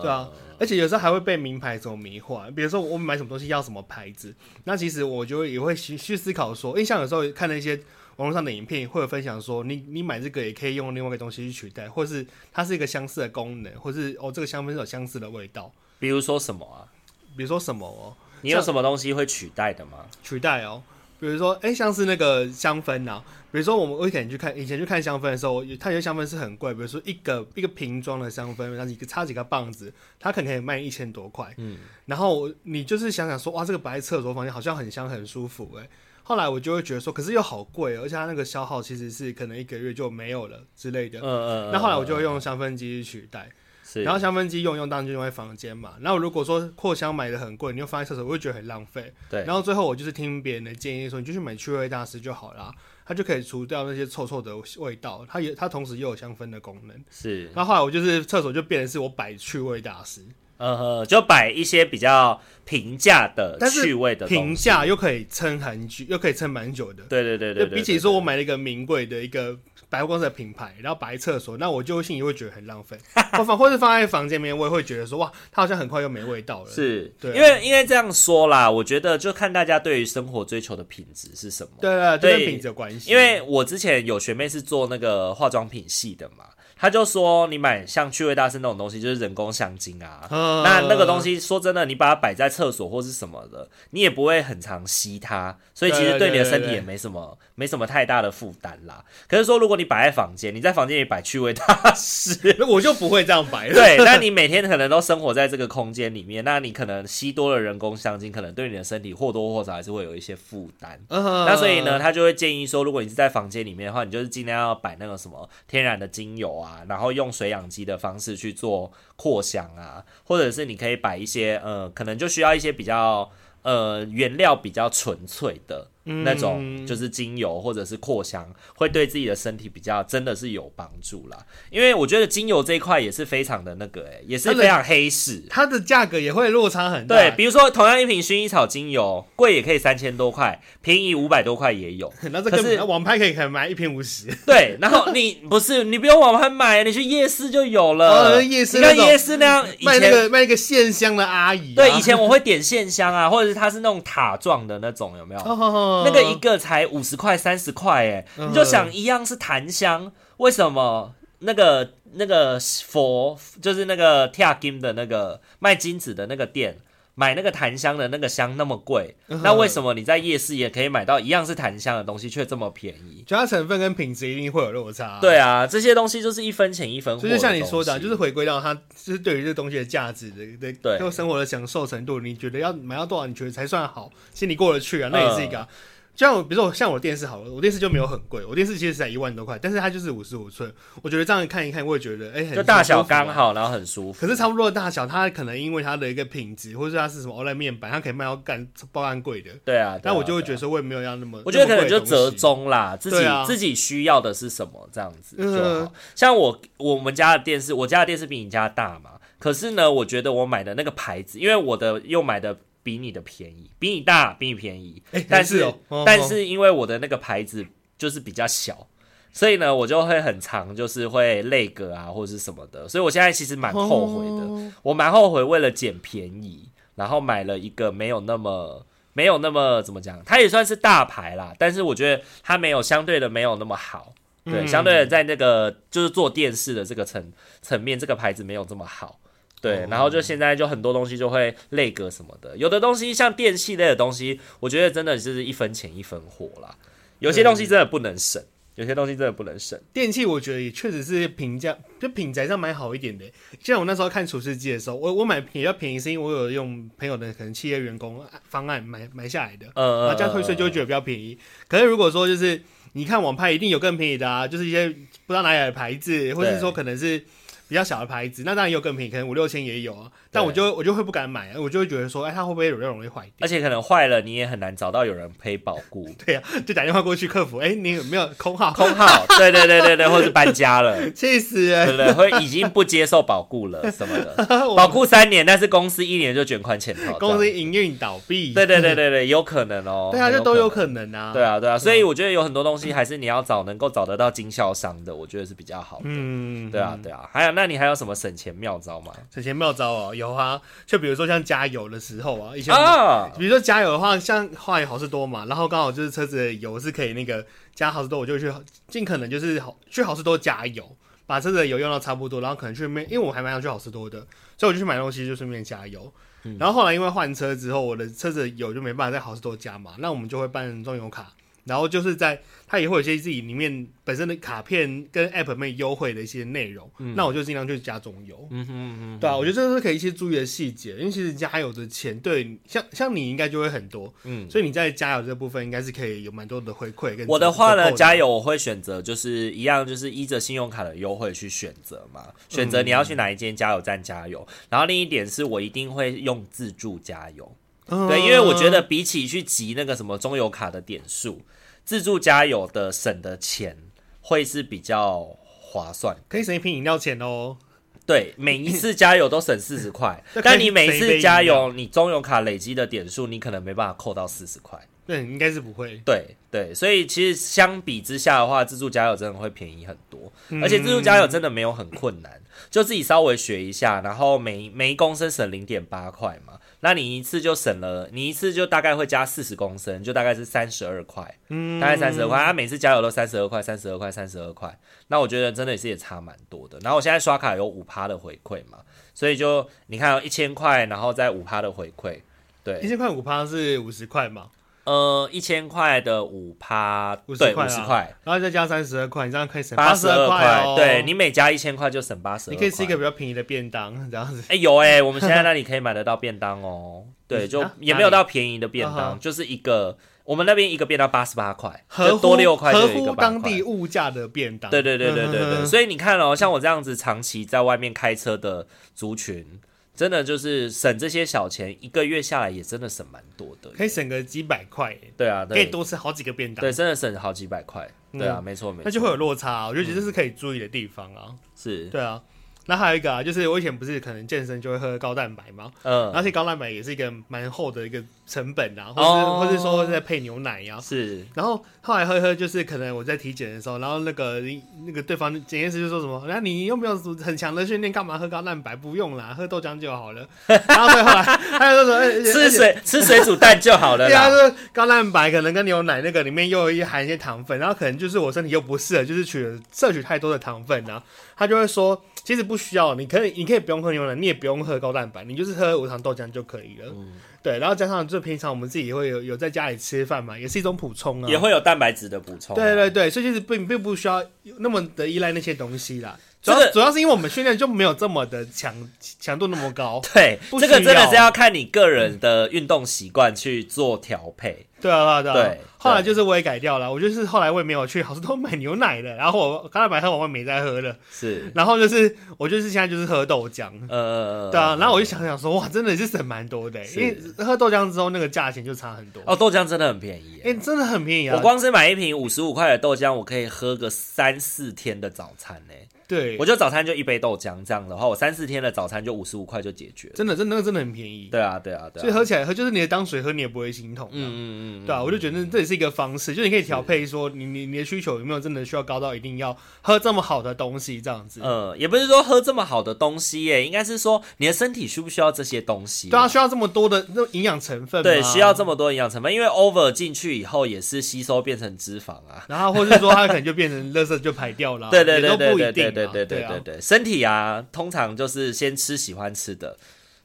[SPEAKER 2] 嗯，
[SPEAKER 3] 对啊，而且有时候还会被名牌所迷惑啊，比如说我买什么东西要什么牌子，那其实我就会也会去去思考说，因为像有时候看了一些网络上的影片，会有分享说，你你买这个也可以用另外一个东西去取代，或是它是一个相似的功能，或是哦这个香氛是有相似的味道，
[SPEAKER 2] 比如说什么啊？
[SPEAKER 3] 比如说什么哦
[SPEAKER 2] 你有什么东西会取代的吗？
[SPEAKER 3] 取代哦，比如说哎、诶像是那个香氛啊，比如说我们我以前去看以前去看香氛的时候，有它有些香氛是很贵，比如说一个一个瓶装的香氛，然后一个插几个棒子，它可能可以卖一千多块。
[SPEAKER 2] 嗯，
[SPEAKER 3] 然后你就是想想说，哇，这个摆在厕所房间好像很香很舒服哎、后来我就会觉得说，可是又好贵，哦而且它那个消耗其实是可能一个月就没有了之类的。
[SPEAKER 2] 嗯嗯，
[SPEAKER 3] 那后来我
[SPEAKER 2] 嗯
[SPEAKER 3] 就会用香氛机去取代，
[SPEAKER 2] 是，
[SPEAKER 3] 然后香氛机用用当然就用在房间嘛。然后如果说扩香买的很贵，你又放在厕所，我会觉得很浪费。
[SPEAKER 2] 对，
[SPEAKER 3] 然后最后我就是听别人的建议说，你就去买趣味大师就好啦，它就可以除掉那些臭臭的味道，它也它同时又有香氛的功能。
[SPEAKER 2] 是，
[SPEAKER 3] 那后来我就是厕所就变成是我摆趣味大师，
[SPEAKER 2] 呃呵，就摆一些比较平价的
[SPEAKER 3] 但是
[SPEAKER 2] 趣味的
[SPEAKER 3] 平
[SPEAKER 2] 东西，
[SPEAKER 3] 价又可以撑很久，又可以撑蛮久的。
[SPEAKER 2] 对对对对对，
[SPEAKER 3] 就比起
[SPEAKER 2] 对
[SPEAKER 3] 说我，买了一个名贵的一个百货公司的品牌，然后摆在厕所，那我就心里会觉得很浪费。 <laughs> 我放或是放在房间里面，我也会觉得说哇，它好像很快又没味道了。
[SPEAKER 2] 对，是
[SPEAKER 3] 对啊
[SPEAKER 2] 因为因为这样说啦，我觉得就看大家对于生活追求的品质是什么。
[SPEAKER 3] 对对对，这
[SPEAKER 2] 对
[SPEAKER 3] 跟品质有关系。
[SPEAKER 2] 因为我之前有学妹是做那个化妆品系的嘛，她就说你买像趣味大师那种东西，就是人工香精啊。
[SPEAKER 3] 嗯
[SPEAKER 2] 那那个东西说真的，你把它摆在厕所或是什么的，你也不会很常吸它，所以其实
[SPEAKER 3] 对对
[SPEAKER 2] 对你的
[SPEAKER 3] 对
[SPEAKER 2] 身体
[SPEAKER 3] 对
[SPEAKER 2] 也没什么没什么太大的负担啦。可是说如果你摆在房间，你在房间里摆趣味大师，
[SPEAKER 3] <laughs> 那我就不会这样摆了。
[SPEAKER 2] 对，那你每天可能都生活在这个空间里面，那你可能吸多了人工香精，可能对你的身体或多或少还是会有一些负担。那
[SPEAKER 3] 那
[SPEAKER 2] 所以呢，，他就会建议说，如果你是在房间里面的话，你就是尽量要摆那个什么天然的精油啊，然后用水养机的方式去做扩香啊，或者是你可以摆一些呃，可能就需要一些比较呃原料比较纯粹的那种，就是精油或者是扩香，会对自己的身体比较真的是有帮助啦。因为我觉得精油这一块也是非常的那个、欸，啊也是
[SPEAKER 3] 它的
[SPEAKER 2] 非常黑 <laughs> 市。
[SPEAKER 3] 它的价格也会落差很大。
[SPEAKER 2] 对，比如说同样一瓶薰衣草精油，贵也可以三千多块，便宜五百多块也有。
[SPEAKER 3] 那这
[SPEAKER 2] 可
[SPEAKER 3] 根
[SPEAKER 2] 是
[SPEAKER 3] 本网拍可以可能买一瓶五十，
[SPEAKER 2] <laughs> 对，然后你不是你不用网拍买，你去夜市就有了。
[SPEAKER 3] 哦夜市
[SPEAKER 2] 你看
[SPEAKER 3] 那种
[SPEAKER 2] 夜市那样，以
[SPEAKER 3] 卖
[SPEAKER 2] 前、
[SPEAKER 3] 那个卖一个线香的阿姨啊。
[SPEAKER 2] 对以前我会点线香啊， <laughs> 或者是它是那种塔状的那种，有没有？
[SPEAKER 3] 哦
[SPEAKER 2] 那个一个才五十块、三十块，哎，
[SPEAKER 3] 嗯
[SPEAKER 2] 你就想一样是檀香，为什么那个那个佛就是那个跳金的那个卖金子的那个店？买那个檀香的那个香那么贵，
[SPEAKER 3] 嗯
[SPEAKER 2] 那为什么你在夜市也可以买到一样是檀香的东西，却这么便宜？
[SPEAKER 3] 主要成分跟品质一定会有落差。
[SPEAKER 2] 对。啊，这些东西就是一分钱一分货的
[SPEAKER 3] 就
[SPEAKER 2] 东
[SPEAKER 3] 是
[SPEAKER 2] 西。
[SPEAKER 3] 像你说的啊，就是回归到它，就是对于这个东西的价值的
[SPEAKER 2] 对
[SPEAKER 3] 的，就生活的享受程度，你觉得要买到多少，你觉得才算好，心里过得去啊？那
[SPEAKER 2] 嗯
[SPEAKER 3] 也是一个啊、就像我，比如说我像我电视好了，我电视就没有很贵，我电视其实才一万多块，但是它就是五十五寸，我觉得这样看一看，我也觉得哎、很
[SPEAKER 2] 就大小
[SPEAKER 3] 舒服啊
[SPEAKER 2] 刚好，然后很舒服。
[SPEAKER 3] 可是差不多的大小，它可能因为它的一个品质，或者是它是什么 OLED 面板，它可以卖到干爆干贵的。
[SPEAKER 2] 对啊，对啊
[SPEAKER 3] 但我就会觉，
[SPEAKER 2] 对
[SPEAKER 3] 得
[SPEAKER 2] 啊
[SPEAKER 3] 说，我也没有要那么，
[SPEAKER 2] 我觉得可能
[SPEAKER 3] 那
[SPEAKER 2] 就
[SPEAKER 3] 么贵的东
[SPEAKER 2] 折
[SPEAKER 3] 西。
[SPEAKER 2] 中啦，自己
[SPEAKER 3] 对啊
[SPEAKER 2] 自己需要的是什么这样子
[SPEAKER 3] 嗯
[SPEAKER 2] 就好。像我我们家的电视，我家的电视比你家大嘛，可是呢，我觉得我买的那个牌子，因为我的又买的。比你的便宜，比你大，比你便宜，
[SPEAKER 3] 哎
[SPEAKER 2] 但
[SPEAKER 3] 还是
[SPEAKER 2] 是、
[SPEAKER 3] 哦哦
[SPEAKER 2] 但
[SPEAKER 3] 哦
[SPEAKER 2] 是因为我的那个牌子就是比较小，所以呢，我就会很长，就是会累个啊，或者是什么的，所以我现在其实蛮后悔的。
[SPEAKER 3] 哦
[SPEAKER 2] 我蛮后悔为了捡便宜，然后买了一个没有那么没有那么怎么讲，它也算是大牌啦，但是我觉得它没有相对的没有那么好。对，
[SPEAKER 3] 嗯
[SPEAKER 2] 相对的在那个就是做电视的这个层层面，这个牌子没有这么好。
[SPEAKER 3] 哦
[SPEAKER 2] 对，然后就现在就很多东西就会内格什么的，有的东西像电器类的东西，我觉得真的就是一分钱一分货啦。有些东
[SPEAKER 3] 嗯
[SPEAKER 2] 西真的不能省，有些东西真的不能省。
[SPEAKER 3] 电器我觉得也确实是评价，就品质上买好一点的。就像我那时候看厨师机的时候，我我买比较便宜，是因为我有用朋友的可能企业员工啊方案买买下来的，然
[SPEAKER 2] 呃，
[SPEAKER 3] 后加退税就会觉得比较便宜。可是如果说就是你看网拍，一定有更便宜的啊，就是一些不知道哪里的牌子，或者是说可能是比较小的牌子，那当然也有更便宜，可能五六千也有啊。但我就我就会不敢买，我就会觉得说，哎，它会不会比较容易坏
[SPEAKER 2] 而
[SPEAKER 3] 掉？
[SPEAKER 2] 且可能坏了，你也很难找到有人赔保
[SPEAKER 3] <laughs>
[SPEAKER 2] 固。
[SPEAKER 3] 对呀、就打电话过去客服，哎，你有没有空号？
[SPEAKER 2] 哎空号，对对对对对，或是搬家了，
[SPEAKER 3] 气
[SPEAKER 2] 对
[SPEAKER 3] 死人！
[SPEAKER 2] 不对？会已经不接受保固了什么的，
[SPEAKER 3] <laughs> 我
[SPEAKER 2] 保固三年，但是公司一年就卷款潜逃。
[SPEAKER 3] 公
[SPEAKER 2] 这
[SPEAKER 3] 司
[SPEAKER 2] 样
[SPEAKER 3] 营运倒闭。
[SPEAKER 2] 对对对对对，有可能哦。
[SPEAKER 3] 对啊，
[SPEAKER 2] 很
[SPEAKER 3] 就都有
[SPEAKER 2] 能。
[SPEAKER 3] 可能啊。
[SPEAKER 2] 对，啊，对啊，所以我觉得有很多东西还是你要找能够找得到经销商的，我觉得是比较好的。
[SPEAKER 3] 嗯，
[SPEAKER 2] 对啊，，对啊。还有，那你还有什么省钱妙招吗？
[SPEAKER 3] 省钱妙招哦，有啊。就比如说像加油的时候啊，以前我们
[SPEAKER 2] 啊，
[SPEAKER 3] 比如说加油的话，像后来好事多嘛，然后刚好就是车子的油是可以那个加好事多，我就去尽可能就是好去好事多加油，把车子的油用到差不多，然后可能去面，因为我还蛮想去好事多的，所以我就去买东西就顺便加油。然后后来因为换车之后，我的车子的油就没办法在好事多加嘛，那我们就会办中油卡。然后就是在它也会有一些自己里面本身的卡片跟 App 里面优惠的一些内容，那我就尽量去加中油。
[SPEAKER 2] 嗯哼嗯哼，
[SPEAKER 3] 对啊，我觉得这是可以一些注意的细节，因为其实加油的钱对像像你应该就会很多，
[SPEAKER 2] 嗯
[SPEAKER 3] 嗯，所以你在加油这部分应该是可以有蛮多的回馈跟
[SPEAKER 2] 我的话
[SPEAKER 3] 折扣
[SPEAKER 2] 呢，加油我会选择就是一样，就是依着信用卡的优惠去选择嘛，
[SPEAKER 3] 嗯
[SPEAKER 2] 选择你要去哪一间加油站加油。然后另一点是我一定会用自助加油，
[SPEAKER 3] 嗯
[SPEAKER 2] 对，因为我觉得比起去集那个什么中油卡的点数，自助加油的省的钱会是比较划算。
[SPEAKER 3] 可以省一瓶饮料钱哦。
[SPEAKER 2] 对，每一次加油都省四十块
[SPEAKER 3] <laughs> 那，可以
[SPEAKER 2] 但你每一
[SPEAKER 3] 随便
[SPEAKER 2] 次
[SPEAKER 3] 一
[SPEAKER 2] 加
[SPEAKER 3] 样
[SPEAKER 2] 油，你中油卡累积的点数，你可能没办法扣到四十块。
[SPEAKER 3] 对，应该是不会。
[SPEAKER 2] 对对，所以其实相比之下的话，自助加油真的会便宜很多，而且自助加油真的没有很困难，就自己稍微学一下，然后每每一公升省零点八块嘛，那你一次就省了，你一次就大概会加四十公升，就大概是三十二块，
[SPEAKER 3] 嗯
[SPEAKER 2] 大概三十二块，他、每次加油都三十二块，三十二块，三十二块，那我觉得真的是也差蛮多的。然后我现在刷卡有五趴的回馈嘛，所以就你看一千块，然后再五趴的回馈，对，
[SPEAKER 3] 一千块五趴是五十块嘛，
[SPEAKER 2] 呃，一千块的五趴，
[SPEAKER 3] 50
[SPEAKER 2] 对，
[SPEAKER 3] 块
[SPEAKER 2] 五
[SPEAKER 3] 啊
[SPEAKER 2] 十块，
[SPEAKER 3] 然后再加三十二块，你这样可以省
[SPEAKER 2] 八
[SPEAKER 3] 十
[SPEAKER 2] 十二
[SPEAKER 3] 块哦。
[SPEAKER 2] 对你每加一千块就省八十二。
[SPEAKER 3] 你可以吃一个比较便宜的便当，这样子。
[SPEAKER 2] 哎、有哎、
[SPEAKER 3] <laughs>
[SPEAKER 2] 我们现在那里可以买得到便当哦。对，就
[SPEAKER 3] 啊
[SPEAKER 2] 也没
[SPEAKER 3] 哪
[SPEAKER 2] 有
[SPEAKER 3] 里
[SPEAKER 2] 到便宜的便
[SPEAKER 3] 啊
[SPEAKER 2] 当，
[SPEAKER 3] 哈
[SPEAKER 2] 就是一个我们那边一个便当八十八块，
[SPEAKER 3] 合
[SPEAKER 2] 就
[SPEAKER 3] 乎
[SPEAKER 2] 多六块
[SPEAKER 3] 合
[SPEAKER 2] 就有一个
[SPEAKER 3] 乎
[SPEAKER 2] 八
[SPEAKER 3] 当
[SPEAKER 2] 块
[SPEAKER 3] 地。物价的便当。
[SPEAKER 2] 对对对对对
[SPEAKER 3] 嗯哼
[SPEAKER 2] 对，
[SPEAKER 3] 哼
[SPEAKER 2] 所以你看哦，像我这样子长期在外面开车的族群，真的就是省这些小钱，一个月下来也真的省蛮多的。
[SPEAKER 3] 可以省个几百块耶，
[SPEAKER 2] 对啊，
[SPEAKER 3] 可以
[SPEAKER 2] 对，
[SPEAKER 3] 多吃好几个便当
[SPEAKER 2] 对，，真的省好几百块。对啊，没错没错，
[SPEAKER 3] 那就会有落差啊。我就觉
[SPEAKER 2] 嗯
[SPEAKER 3] 得这是可以注意的地方啊。
[SPEAKER 2] 是，
[SPEAKER 3] 对啊，那还有一个啊，就是我以前不是可能健身就会喝高蛋白嘛，
[SPEAKER 2] 嗯，
[SPEAKER 3] 而且高蛋白也是一个蛮厚的一个成本啊，或是、
[SPEAKER 2] 哦
[SPEAKER 3] 或是说在配牛奶呀、啊。
[SPEAKER 2] 是，
[SPEAKER 3] 然后后来喝一喝，就是可能我在体检的时候，然后那个那个对方检验师就说什么，那你又没有很强的训练，干嘛喝高蛋白？不用啦，喝豆浆就好了。然后所以后来 <laughs> 他就说，哎
[SPEAKER 2] 吃。水吃水煮蛋就好了
[SPEAKER 3] 对啊，就
[SPEAKER 2] 啦。
[SPEAKER 3] 是高蛋白可能跟牛奶那个里面又有一含一些糖分，然后可能就是我身体又不适合，就是取摄取太多的糖分啊，他就会说其实不需要，你可以你可以不用喝牛奶，你也不用喝高蛋白，你就是喝无糖豆浆就可以了。
[SPEAKER 2] 嗯
[SPEAKER 3] 对，然后加上就平常我们自己也会有有在家里吃饭嘛，也是一种补充啊，
[SPEAKER 2] 也会有蛋白质的补充啊、
[SPEAKER 3] 对对对，所以其实并并不需要那么的依赖那些东西啦。主
[SPEAKER 2] 这
[SPEAKER 3] 要、
[SPEAKER 2] 个
[SPEAKER 3] 主要是因为我们训练就没有这么的强强度那么高。
[SPEAKER 2] 对
[SPEAKER 3] 不
[SPEAKER 2] 这个
[SPEAKER 3] 需
[SPEAKER 2] 真的
[SPEAKER 3] 要
[SPEAKER 2] 是要看你个人的运动习惯去做调配。
[SPEAKER 3] 对啊对啊啊
[SPEAKER 2] 对
[SPEAKER 3] 后来就是我也改掉了，我就是后来我也没有去好市多买牛奶了，然后我刚才买喝完我也没再喝了，
[SPEAKER 2] 是，
[SPEAKER 3] 然后就是我就是现在就是喝豆浆。
[SPEAKER 2] 呃，
[SPEAKER 3] 对啊，然后我就想想说，哇，真的是省蛮多的，欸
[SPEAKER 2] 是
[SPEAKER 3] 因为喝豆浆之后那个价钱就差很多。
[SPEAKER 2] 哦，豆浆真的很便宜
[SPEAKER 3] 哎、
[SPEAKER 2] 耶。
[SPEAKER 3] 真的很便宜啊！
[SPEAKER 2] 我光是买一瓶五十五块的豆浆，我可以喝个三四天的早餐呢。
[SPEAKER 3] 对，
[SPEAKER 2] 我就早餐就一杯豆浆，这样的话，我三四天的早餐就五十五块就解决了。
[SPEAKER 3] 真的真的那个真的很便宜，
[SPEAKER 2] 对啊，对啊，对
[SPEAKER 3] 所以
[SPEAKER 2] 啊。
[SPEAKER 3] 喝起来喝就是你的当水喝，你也不会心痛。
[SPEAKER 2] 嗯嗯嗯嗯，
[SPEAKER 3] 对啊，我就觉得这也是一个方式，就是你可以调配说你你你的需求有没有真的需要高到一定要喝这么好的东西这样子。
[SPEAKER 2] 呃，也不是说喝这么好的东西耶，应该是说你的身体需不需要这些东西？
[SPEAKER 3] 对啊，需要这么多的那种营养成分吗
[SPEAKER 2] 对，需要。这么多营养成分，因为 over 进去以后也是吸收变成脂肪啊。
[SPEAKER 3] 然后或者说它可能就变成垃圾就排掉了啊，
[SPEAKER 2] 对对对
[SPEAKER 3] 也
[SPEAKER 2] 对
[SPEAKER 3] 都不
[SPEAKER 2] 对
[SPEAKER 3] 一定
[SPEAKER 2] 对
[SPEAKER 3] 啊
[SPEAKER 2] 对对
[SPEAKER 3] 对
[SPEAKER 2] 对
[SPEAKER 3] 啊
[SPEAKER 2] 对对，身体啊，通常就是先吃喜欢吃的，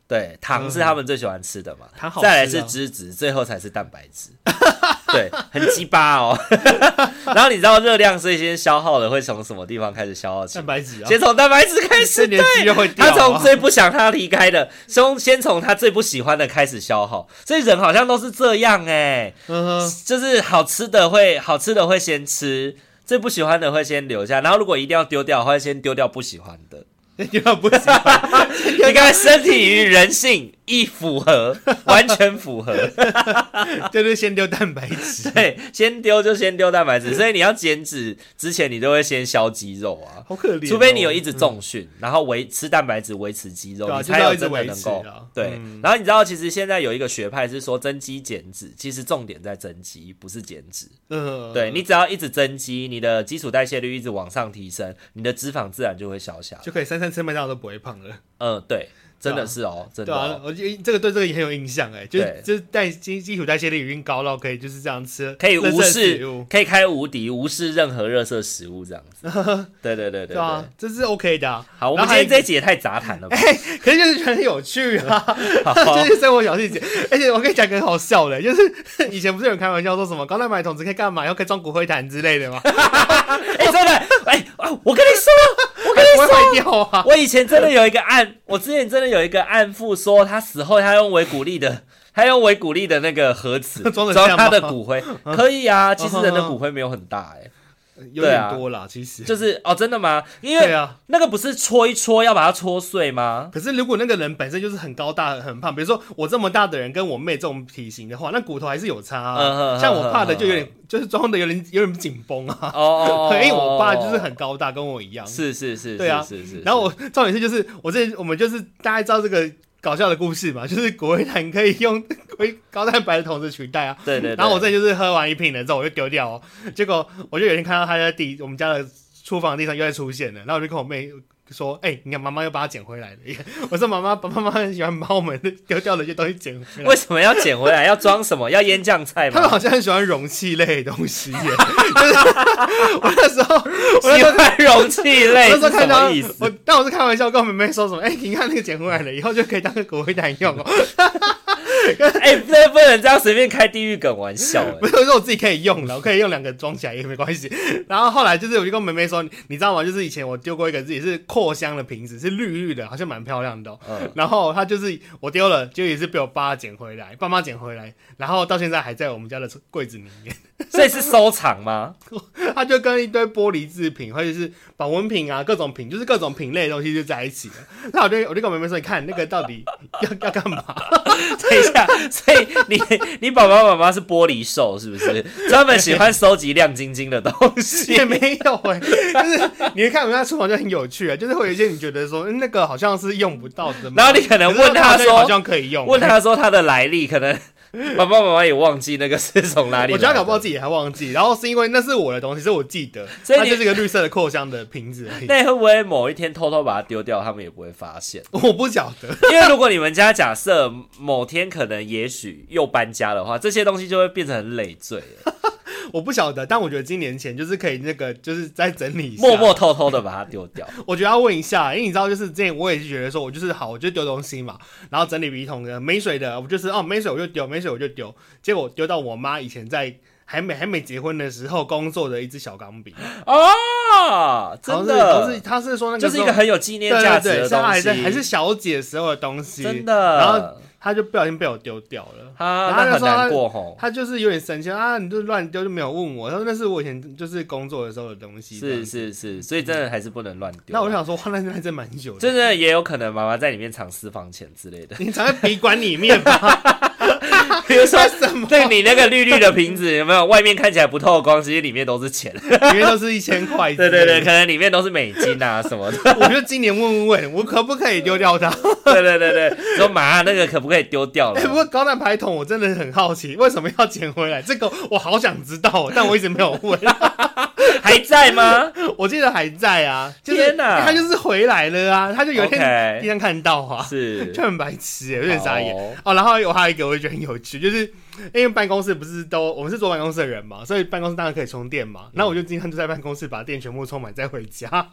[SPEAKER 2] 对，糖是他们最喜欢吃的嘛，
[SPEAKER 3] 嗯糖好吃啊
[SPEAKER 2] 再来是脂质，最后才是蛋白质。 <laughs> 对，很鸡巴哦。 <laughs> 然后你知道热量是先消耗的，会从什么地方开始消耗起
[SPEAKER 3] 蛋？白质啊，
[SPEAKER 2] 先从蛋白质开始，
[SPEAKER 3] 这你的
[SPEAKER 2] 对
[SPEAKER 3] 肌肉会掉啊
[SPEAKER 2] 他从最不想他离开的，从先从他最不喜欢的开始消耗，所以人好像都是这样哎、
[SPEAKER 3] 嗯
[SPEAKER 2] <laughs>
[SPEAKER 3] 哼，
[SPEAKER 2] 就是好吃的会好吃的会先吃，最不喜欢的会先留下，然后如果一定要丢掉，会先丢掉不喜欢的。
[SPEAKER 3] 那就要不喜欢，
[SPEAKER 2] 你看身体与人性一符合，完全符
[SPEAKER 3] <laughs>
[SPEAKER 2] 合。
[SPEAKER 3] 就是 <laughs> 先丢蛋白
[SPEAKER 2] <laughs>
[SPEAKER 3] 质，
[SPEAKER 2] 对，先丢就先丢蛋白质，所以你要减脂之前，你都会先消肌肉啊。
[SPEAKER 3] 好可怜哦。
[SPEAKER 2] 除非你有一直重训，然后维吃蛋白质维持肌肉，
[SPEAKER 3] 对啊
[SPEAKER 2] 你
[SPEAKER 3] 就是
[SPEAKER 2] 才
[SPEAKER 3] 要
[SPEAKER 2] 有
[SPEAKER 3] 一直
[SPEAKER 2] 真的
[SPEAKER 3] 维
[SPEAKER 2] 能
[SPEAKER 3] 持
[SPEAKER 2] 够
[SPEAKER 3] 啊
[SPEAKER 2] 对。然后你知道，其实现在有一个学派是说增肌减脂，其实重点在增肌，不是减脂。
[SPEAKER 3] 嗯，
[SPEAKER 2] 对你只要一直增肌，你的基础代谢率一直往上提升，你的脂肪自然就会消下来。
[SPEAKER 3] 就可以三餐吃麦当劳都不会胖了。
[SPEAKER 2] 嗯，对真的是哦，真
[SPEAKER 3] 对
[SPEAKER 2] 的
[SPEAKER 3] 啊
[SPEAKER 2] 哦，，
[SPEAKER 3] 我觉得这个对这个也很有印象哎、就是
[SPEAKER 2] 对
[SPEAKER 3] 就是代基基础代谢率已经高到可以就是这样吃，
[SPEAKER 2] 可以无
[SPEAKER 3] 食
[SPEAKER 2] 视
[SPEAKER 3] 物，，
[SPEAKER 2] 可以开无敌，无视任何热色食物这样
[SPEAKER 3] <laughs>
[SPEAKER 2] 子。对对对对
[SPEAKER 3] 对
[SPEAKER 2] 对。
[SPEAKER 3] 啊，这是 OK 的、啊。
[SPEAKER 2] 好，我
[SPEAKER 3] 然
[SPEAKER 2] 们
[SPEAKER 3] 后
[SPEAKER 2] 今
[SPEAKER 3] 还有
[SPEAKER 2] 天这一集也太杂谈
[SPEAKER 3] <laughs>
[SPEAKER 2] 了吧？
[SPEAKER 3] 可是就是觉得很有趣啊，
[SPEAKER 2] <laughs>
[SPEAKER 3] <laughs>
[SPEAKER 2] 好
[SPEAKER 3] 这些生活小细节。而且我跟你讲一个很好笑的，就是以前不是有人开玩笑说什么高蛋白桶子可以干嘛，要可以装骨灰坛之类的
[SPEAKER 2] <laughs>
[SPEAKER 3] 吗？
[SPEAKER 2] 哎、真的，哎、啊，我跟你说，我跟
[SPEAKER 3] 不
[SPEAKER 2] 你说，
[SPEAKER 3] 会坏掉啊。
[SPEAKER 2] 我以前真的有一个案， <laughs> 我之前真的有一个案妇说，她死后她用维骨力的， <laughs> 她用维骨力的那个盒子
[SPEAKER 3] <laughs> 装得下吗嗯
[SPEAKER 2] 她的骨
[SPEAKER 3] <laughs>
[SPEAKER 2] 灰，可以啊，其实人的骨灰没有很大、哎，
[SPEAKER 3] 有
[SPEAKER 2] <laughs> 对
[SPEAKER 3] 点
[SPEAKER 2] 啊
[SPEAKER 3] 多啦，其实。
[SPEAKER 2] 就是哦，真的吗？因
[SPEAKER 3] 对
[SPEAKER 2] 为
[SPEAKER 3] 啊，
[SPEAKER 2] 那个不是戳一戳要把它戳碎吗？
[SPEAKER 3] 可是如果那个人本身就是很高大、很胖，比如说我这么大的人跟我妹这种体型的话，那骨头还是有差、
[SPEAKER 2] 嗯哼
[SPEAKER 3] 啊。
[SPEAKER 2] 哼
[SPEAKER 3] 像我怕的就有点，就是装的有点有点紧绷啊。
[SPEAKER 2] 哦哦，
[SPEAKER 3] <laughs>
[SPEAKER 2] 哦
[SPEAKER 3] 因为我爸就是很高大，跟我一样。
[SPEAKER 2] 是是是，
[SPEAKER 3] 对啊
[SPEAKER 2] 是是是。
[SPEAKER 3] 然后我重点是就是我之前我们就是大家知道这个搞笑的故事嘛，就是国味蛋可以用龟高蛋白的桶子取代啊。
[SPEAKER 2] 对对对，
[SPEAKER 3] 然后我这就是喝完一瓶了之后我就丢掉哦，结果我就有一天看到他在地我们家的厨房的地上又在出现了，然后我就跟我妹。说，哎、你看妈妈又把它捡回来了。我说妈妈，妈妈很喜欢把我们丢掉的一些东西捡
[SPEAKER 2] <laughs>
[SPEAKER 3] 回来
[SPEAKER 2] 为。什么要捡回来？要装什么？要腌酱菜
[SPEAKER 3] 他们
[SPEAKER 2] 吗？
[SPEAKER 3] <laughs> 好像很喜欢容器类的东西耶。就是我那时候，我那
[SPEAKER 2] 喜
[SPEAKER 3] 时候
[SPEAKER 2] 欢容器类哎是
[SPEAKER 3] <laughs> 我那时候
[SPEAKER 2] 什
[SPEAKER 3] 看
[SPEAKER 2] 么
[SPEAKER 3] 到
[SPEAKER 2] 意思？
[SPEAKER 3] 我，但我是开玩笑，跟我妹妹说什么？哎、你看那个捡回来了，以后就可以当个骨灰坛用哦。 <laughs>
[SPEAKER 2] 哎、这不能这样随便开地狱梗玩笑、
[SPEAKER 3] 不 <laughs>
[SPEAKER 2] 哎
[SPEAKER 3] 是，我说我自己可以用了，我可以用两个装起来也没关系。然后后来就是，我就跟妹妹说，你你知道吗？就是以前我丢过一个自己是扩香的瓶子，是绿绿的，好像蛮漂亮的、哦。
[SPEAKER 2] 嗯，
[SPEAKER 3] 然后它就是我丢了，就也是被我爸捡回来，爸妈捡回来，然后到现在还在我们家的柜子里面。 <laughs>
[SPEAKER 2] 所以是收藏吗？
[SPEAKER 3] 它就跟一堆玻璃制品或者是保温瓶啊，各种瓶，就是各种品类的东西就在一起了。那我就我就跟我妹妹说，你看那个到底要要干嘛？
[SPEAKER 2] 等一下，所以你你爸爸妈妈是玻璃兽是不是？专门喜欢收集亮晶晶的东西
[SPEAKER 3] <laughs> 也。没有哎、就是你看我们家厨房就很有趣啊，就是会有一些你觉得说、嗯那个好像是用不到的嘛，
[SPEAKER 2] 然后你可能问他
[SPEAKER 3] 可是好像好
[SPEAKER 2] 说，
[SPEAKER 3] 像可以用、
[SPEAKER 2] 问，他说他的来历，可能 <laughs> 爸爸妈妈也忘记那个是从哪里。
[SPEAKER 3] 我觉得他搞不好
[SPEAKER 2] 好
[SPEAKER 3] 自。己还忘记，然后是因为那是我的东西，所以我记得，
[SPEAKER 2] 所以
[SPEAKER 3] 它
[SPEAKER 2] 你
[SPEAKER 3] 就是一个绿色的扩香的瓶子而已，
[SPEAKER 2] 那会不会某一天偷偷把它丢掉，他们也不会发现？ <laughs>
[SPEAKER 3] 我不晓得，
[SPEAKER 2] 因为如果你们家假设某天可能也许又搬家的话，这些东西就会变成很累赘了，
[SPEAKER 3] 我不晓得，但我觉得今年前就是可以那个就是再整 <laughs> 理一下，
[SPEAKER 2] 默默偷偷的把它丢
[SPEAKER 3] <laughs>
[SPEAKER 2] 掉。
[SPEAKER 3] 我觉得要问一下，因为你知道，就是之前我也是觉得说，我就是好，我就丢东西嘛，然后整理笔筒的，没水的，我就是哦，没水我就丢，没水我就丢，结果丢到我妈以前在还没还没结婚的时候工作的一支小钢笔，
[SPEAKER 2] 哦，
[SPEAKER 3] 好
[SPEAKER 2] 真
[SPEAKER 3] 像是好像是
[SPEAKER 2] 的，
[SPEAKER 3] 她是说那个
[SPEAKER 2] 就是一
[SPEAKER 3] 时
[SPEAKER 2] 个
[SPEAKER 3] 候
[SPEAKER 2] 很有纪念
[SPEAKER 3] 对
[SPEAKER 2] 价
[SPEAKER 3] 对
[SPEAKER 2] 值
[SPEAKER 3] 对，
[SPEAKER 2] 的
[SPEAKER 3] 是她
[SPEAKER 2] 东
[SPEAKER 3] 还
[SPEAKER 2] 西，
[SPEAKER 3] 在还是小姐时候的东西，
[SPEAKER 2] 真的。
[SPEAKER 3] 然后她就不小心被我丢掉了。
[SPEAKER 2] 啊，
[SPEAKER 3] 然后
[SPEAKER 2] 那
[SPEAKER 3] 那
[SPEAKER 2] 很
[SPEAKER 3] 时候他
[SPEAKER 2] 难过吼。
[SPEAKER 3] 她就是有点生气啊！你就乱丢就没有问我，她说那是我以前就是工作的时候的东西。这样
[SPEAKER 2] 是是是，所以真的还是不能乱丢。啊
[SPEAKER 3] 那我，想说，哇那那真蛮久的。，
[SPEAKER 2] 真的也有可能妈妈在里面藏私房钱之类的
[SPEAKER 3] 你藏在笔管里面吧？
[SPEAKER 2] <laughs> 比如说。
[SPEAKER 3] 什 <laughs> 么？
[SPEAKER 2] 对你那个绿绿的瓶子 <laughs> 有没有？外面看起来不透光，其实里面都是钱。
[SPEAKER 3] 里面都是一千块。
[SPEAKER 2] <laughs> 对对对，可，能里面都是美金啊什么的。
[SPEAKER 3] 我觉得今年问问我可不可以
[SPEAKER 2] <laughs>
[SPEAKER 3] 丢掉它？
[SPEAKER 2] 对对对对，说妈那个可不可以丢掉了
[SPEAKER 3] 哎、？不过高蛋白桶我真的很好奇，为什么要捡回来？这个我好想知道，但我一直没有
[SPEAKER 2] <laughs>
[SPEAKER 3] 问。
[SPEAKER 2] 还在
[SPEAKER 3] <laughs>
[SPEAKER 2] 吗？
[SPEAKER 3] 我记得还在啊，就是
[SPEAKER 2] 天哪
[SPEAKER 3] 他就是回来了啊，他就有一天
[SPEAKER 2] OK
[SPEAKER 3] 地上看到啊，
[SPEAKER 2] 是
[SPEAKER 3] 就很白痴、欸，有点傻眼。
[SPEAKER 2] 好
[SPEAKER 3] 哦，然后我还有一个我也觉得很有趣，就是因为办公室不是都我们是坐办公室的人嘛，所以办公室当然可以充电嘛。那我就经常就在办公室把电全部充满再回家。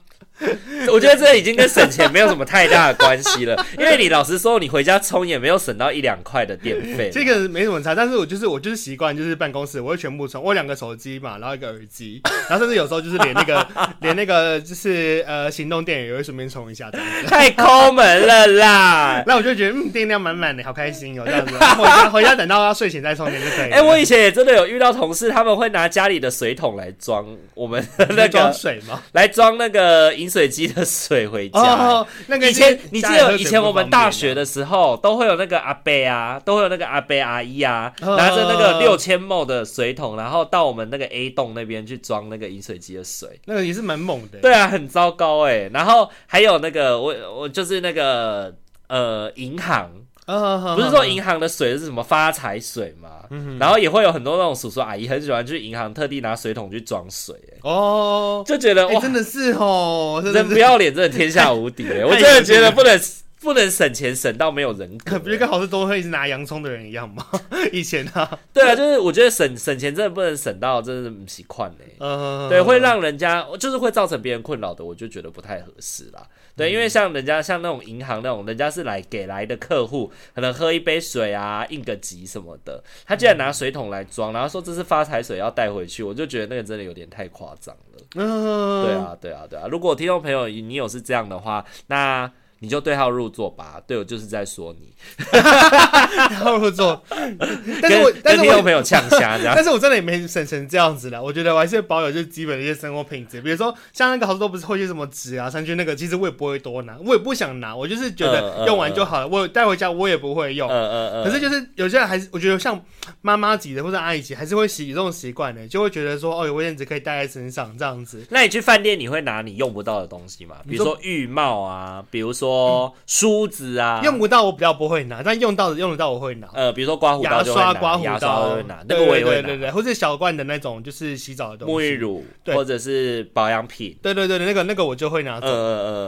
[SPEAKER 2] 我觉得这已经跟省钱没有什么太大的关系
[SPEAKER 3] <laughs>
[SPEAKER 2] 了，因为你老实说，你回家充也没有省到一两块的电费。
[SPEAKER 3] 这个没什么差，但是我就是我就是习惯，就是办公室我会全部充，我有两个手机嘛，然后一个耳机， <laughs> 然后甚至有时候就是连那个 <laughs> 连那个就是呃行动电源也会顺便充一下这样子。
[SPEAKER 2] <laughs> 太抠门了
[SPEAKER 3] <laughs>
[SPEAKER 2] 啦！
[SPEAKER 3] 那我就觉得嗯电量满满的，好开心哦这
[SPEAKER 2] <laughs>
[SPEAKER 3] 样子。然后回家回家等到要睡前再充电就可以了。
[SPEAKER 2] 哎、我以前也真的有遇到同事，他们会拿家里的水桶来装我们的
[SPEAKER 3] <laughs> 你在
[SPEAKER 2] 那
[SPEAKER 3] 装
[SPEAKER 2] 个，
[SPEAKER 3] 水
[SPEAKER 2] <laughs>
[SPEAKER 3] 吗？
[SPEAKER 2] 来装那个饮水机的水回家。
[SPEAKER 3] 哦， <laughs>
[SPEAKER 2] <laughs>
[SPEAKER 3] 那个
[SPEAKER 2] 以前
[SPEAKER 3] 就是
[SPEAKER 2] 你记
[SPEAKER 3] 家里喝
[SPEAKER 2] 得以
[SPEAKER 3] 水
[SPEAKER 2] 前我们大学
[SPEAKER 3] 不方便啊
[SPEAKER 2] 的时候，都会有那个阿伯啊，都会有那个阿伯阿姨啊，
[SPEAKER 3] 嗯
[SPEAKER 2] 拿着那个六千亩的水桶，然后到我们那个 A 栋那边去装那个饮水机的水。
[SPEAKER 3] 那个也是蛮猛的。
[SPEAKER 2] 对啊，很糟糕哎、然后还有那个我我就是那个呃银行，
[SPEAKER 3] 啊， <laughs>
[SPEAKER 2] 不是说银行的水是什么发财水吗？然后也会有很多那种叔叔阿姨很喜欢去银行特地拿水桶去装水、欸
[SPEAKER 3] 哦，
[SPEAKER 2] 就觉得
[SPEAKER 3] 哎
[SPEAKER 2] 哇，
[SPEAKER 3] 真的是哦，真的
[SPEAKER 2] 人
[SPEAKER 3] 是 <laughs>
[SPEAKER 2] 不要脸真的天下无敌、欸，我
[SPEAKER 3] 太
[SPEAKER 2] 真的觉得不能不能省钱省到没有人格
[SPEAKER 3] 可不就跟好事多会一直拿洋葱的人一样吗？ <laughs> 以前啊，
[SPEAKER 2] 对啊，就是我觉得省省钱真的不能省到真的是不习惯嘞。
[SPEAKER 3] 呃，
[SPEAKER 2] 对，会让人家就是会造成别人困扰的，我就觉得不太合适啦。对，因为像人家像那种银行那种，人家是来给来的客户，可能喝一杯水啊，应个急什么的，他竟然拿水桶来装，然后说这是发财水要带回去，我就觉得那个真的有点太夸张了。
[SPEAKER 3] 嗯，
[SPEAKER 2] 对，啊，对啊，对啊。如果听众朋友你有是这样的话，那你就对号入座吧。对我就是在说你，
[SPEAKER 3] 然后合作，啊但是
[SPEAKER 2] 跟
[SPEAKER 3] 我
[SPEAKER 2] 跟
[SPEAKER 3] 但是
[SPEAKER 2] 听众朋
[SPEAKER 3] 我。
[SPEAKER 2] 友呛虾
[SPEAKER 3] <laughs>
[SPEAKER 2] 这样。
[SPEAKER 3] 但是我真的也没省成这样子啦，我觉得我还是保有就是基本的一些生活品质，比如说像那个好事多不是会去什么纸啊、三军那个，其实我也不会多拿，我也不想拿，我就是觉
[SPEAKER 2] 嗯嗯
[SPEAKER 3] 得用完就好了，我带回家我也不会用
[SPEAKER 2] 呃，呃呃，
[SPEAKER 3] 可是就是有些人还是，我觉得像妈妈级的或者阿姨级，还是会习有这种习惯的，就会觉得说，哦，有卫生纸可以带在身上这样子。
[SPEAKER 2] 那你去饭店，你会拿你用不到的东西吗？比
[SPEAKER 3] 你
[SPEAKER 2] 如
[SPEAKER 3] 说
[SPEAKER 2] 说浴帽啊，比如说梳子啊，
[SPEAKER 3] 用不到我比较不会拿，但用到的用得到我会拿。
[SPEAKER 2] 呃，比如说刮胡刀
[SPEAKER 3] 牙
[SPEAKER 2] 就会拿
[SPEAKER 3] 刷、刮胡
[SPEAKER 2] 牙刷
[SPEAKER 3] 刀
[SPEAKER 2] 我会拿，那个我也
[SPEAKER 3] 对
[SPEAKER 2] 会
[SPEAKER 3] 对对
[SPEAKER 2] 拿。
[SPEAKER 3] 对，或是小罐的那种，就是洗澡的东西。
[SPEAKER 2] 沐浴乳
[SPEAKER 3] 对
[SPEAKER 2] 或者是保养品，
[SPEAKER 3] 对对对，对那个那个我就会拿
[SPEAKER 2] 呃
[SPEAKER 3] 走。
[SPEAKER 2] 呃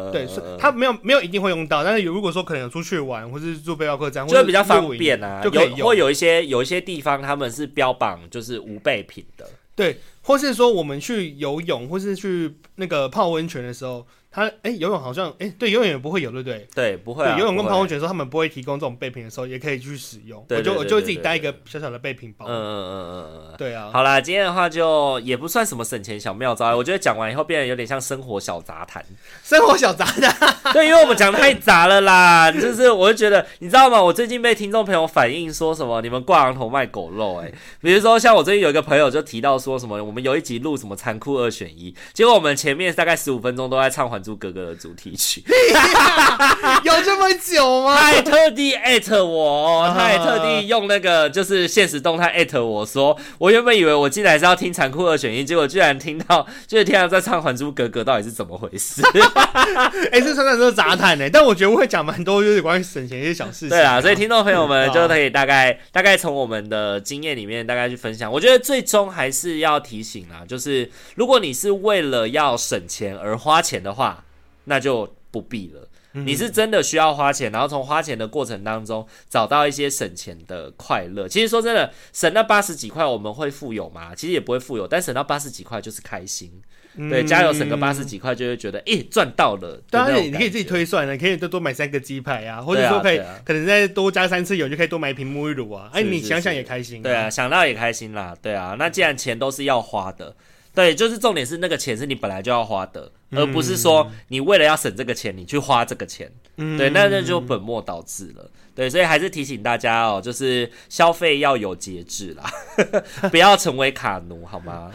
[SPEAKER 2] 呃，
[SPEAKER 3] 对，
[SPEAKER 2] 呃
[SPEAKER 3] 是
[SPEAKER 2] 呃
[SPEAKER 3] 它没有没有一定会用到，但是有如果说可能有出去玩，或是住背包客栈，或
[SPEAKER 2] 就会
[SPEAKER 3] 者
[SPEAKER 2] 比较方便啊。
[SPEAKER 3] 就可以
[SPEAKER 2] 有
[SPEAKER 3] 用
[SPEAKER 2] 或有一些有一些地方他们是标榜就是无备品的，
[SPEAKER 3] 对，或是说我们去游泳，或是去那个泡温泉的时候，它哎游泳好像哎对游泳也不会有，对不对？
[SPEAKER 2] 对，不会啊
[SPEAKER 3] 对，游泳跟
[SPEAKER 2] 不会
[SPEAKER 3] 泡温泉的时候，他们不会提供这种备品的时候，也可以去使用。
[SPEAKER 2] 对
[SPEAKER 3] 我
[SPEAKER 2] 对
[SPEAKER 3] 就
[SPEAKER 2] 对
[SPEAKER 3] 我就会
[SPEAKER 2] 对
[SPEAKER 3] 自己
[SPEAKER 2] 对
[SPEAKER 3] 带一
[SPEAKER 2] 对
[SPEAKER 3] 个小小的备品
[SPEAKER 2] 嗯
[SPEAKER 3] 包。
[SPEAKER 2] 嗯嗯嗯嗯嗯。
[SPEAKER 3] 对啊，
[SPEAKER 2] 好啦，今天的话就也不算什么省钱小妙招，我觉得讲完以后变得有点像生活小杂谈。 <laughs>
[SPEAKER 3] 生活小杂谈，
[SPEAKER 2] 对，因为我们讲太杂了啦， <laughs> 就是我就觉得，你知道吗？我最近被听众朋友反映说什么，你们挂羊头卖狗肉、 <laughs> 欸，比如说像我最近有一个朋友就提到说什么，我们有一集录什么残酷二选一，结果我们前面大概十五分钟都在唱《还珠格格》的主题曲，
[SPEAKER 3] 有这么久
[SPEAKER 2] 他
[SPEAKER 3] 吗？
[SPEAKER 2] 还特地艾特我哦，他还特地用那个就是现实动态艾特我说，我原本以为我进来是要听残酷二选一，结果居然听到就是听到在唱《还珠格格》，到底是怎么回事？
[SPEAKER 3] 哎、这算算都是杂谈呢、但我觉得我会讲蛮多就是关于省钱一些小事情。啊
[SPEAKER 2] 对啊啦，所以听众朋友们
[SPEAKER 3] 嗯
[SPEAKER 2] 就可以大概、大概从我们的经验里面大概去分享。我觉得最终还是要提醒啦，就是如果你是为了要省钱而花钱的话，那就不必了。
[SPEAKER 3] 嗯
[SPEAKER 2] 你是真的需要花钱，然后从花钱的过程当中找到一些省钱的快乐。其实说真的，省那八十几块我们会富有吗？其实也不会富有，但省到八十几块就是开心。
[SPEAKER 3] 嗯
[SPEAKER 2] 对，加油省个八十几块就会觉得，诶、赚到了。
[SPEAKER 3] 当
[SPEAKER 2] 的那
[SPEAKER 3] 然
[SPEAKER 2] 种
[SPEAKER 3] 啊你可以自己
[SPEAKER 2] 感觉
[SPEAKER 3] 推算了，可以多多买三个鸡排啊，或
[SPEAKER 2] 对
[SPEAKER 3] 者
[SPEAKER 2] 啊
[SPEAKER 3] 说可以、
[SPEAKER 2] 对啊
[SPEAKER 3] 可能再多加三次油就可以多买一瓶沐浴乳啊。哎、
[SPEAKER 2] 是
[SPEAKER 3] 你
[SPEAKER 2] 是
[SPEAKER 3] 想想
[SPEAKER 2] 是
[SPEAKER 3] 也开心、嗯
[SPEAKER 2] 对啊，，想到也开心啦。对啊，那既然钱都是要花的，对，就是重点是那个钱是你本来就要花的，
[SPEAKER 3] 嗯
[SPEAKER 2] 而不是说你为了要省这个钱，你去花这个钱。对，
[SPEAKER 3] 嗯
[SPEAKER 2] 那那就本末倒置了。对，所以还是提醒大家哦，就是消费要有节制啦， <laughs> 不要成为卡奴，好
[SPEAKER 3] <laughs>
[SPEAKER 2] 吗？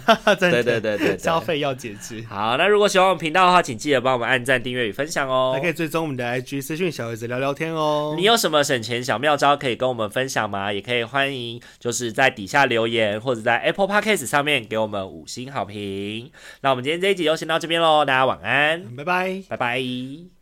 [SPEAKER 2] 对
[SPEAKER 3] 真的
[SPEAKER 2] 啊对对对对
[SPEAKER 3] 消费要节制。
[SPEAKER 2] 好，那如果喜欢我们频道的话，请记得帮我们按赞、订阅与分享哦
[SPEAKER 3] 还。可以追踪我们的 IG 私讯小盒子聊聊天哦。
[SPEAKER 2] 你有什么省钱小妙招可以跟我们分享吗？也可以欢迎就是在底下留言，或者在 Apple Podcast 上面给我们五星好评。那我们今天这一集就先到这边喽，大家晚安，
[SPEAKER 3] 拜拜。
[SPEAKER 2] 拜拜。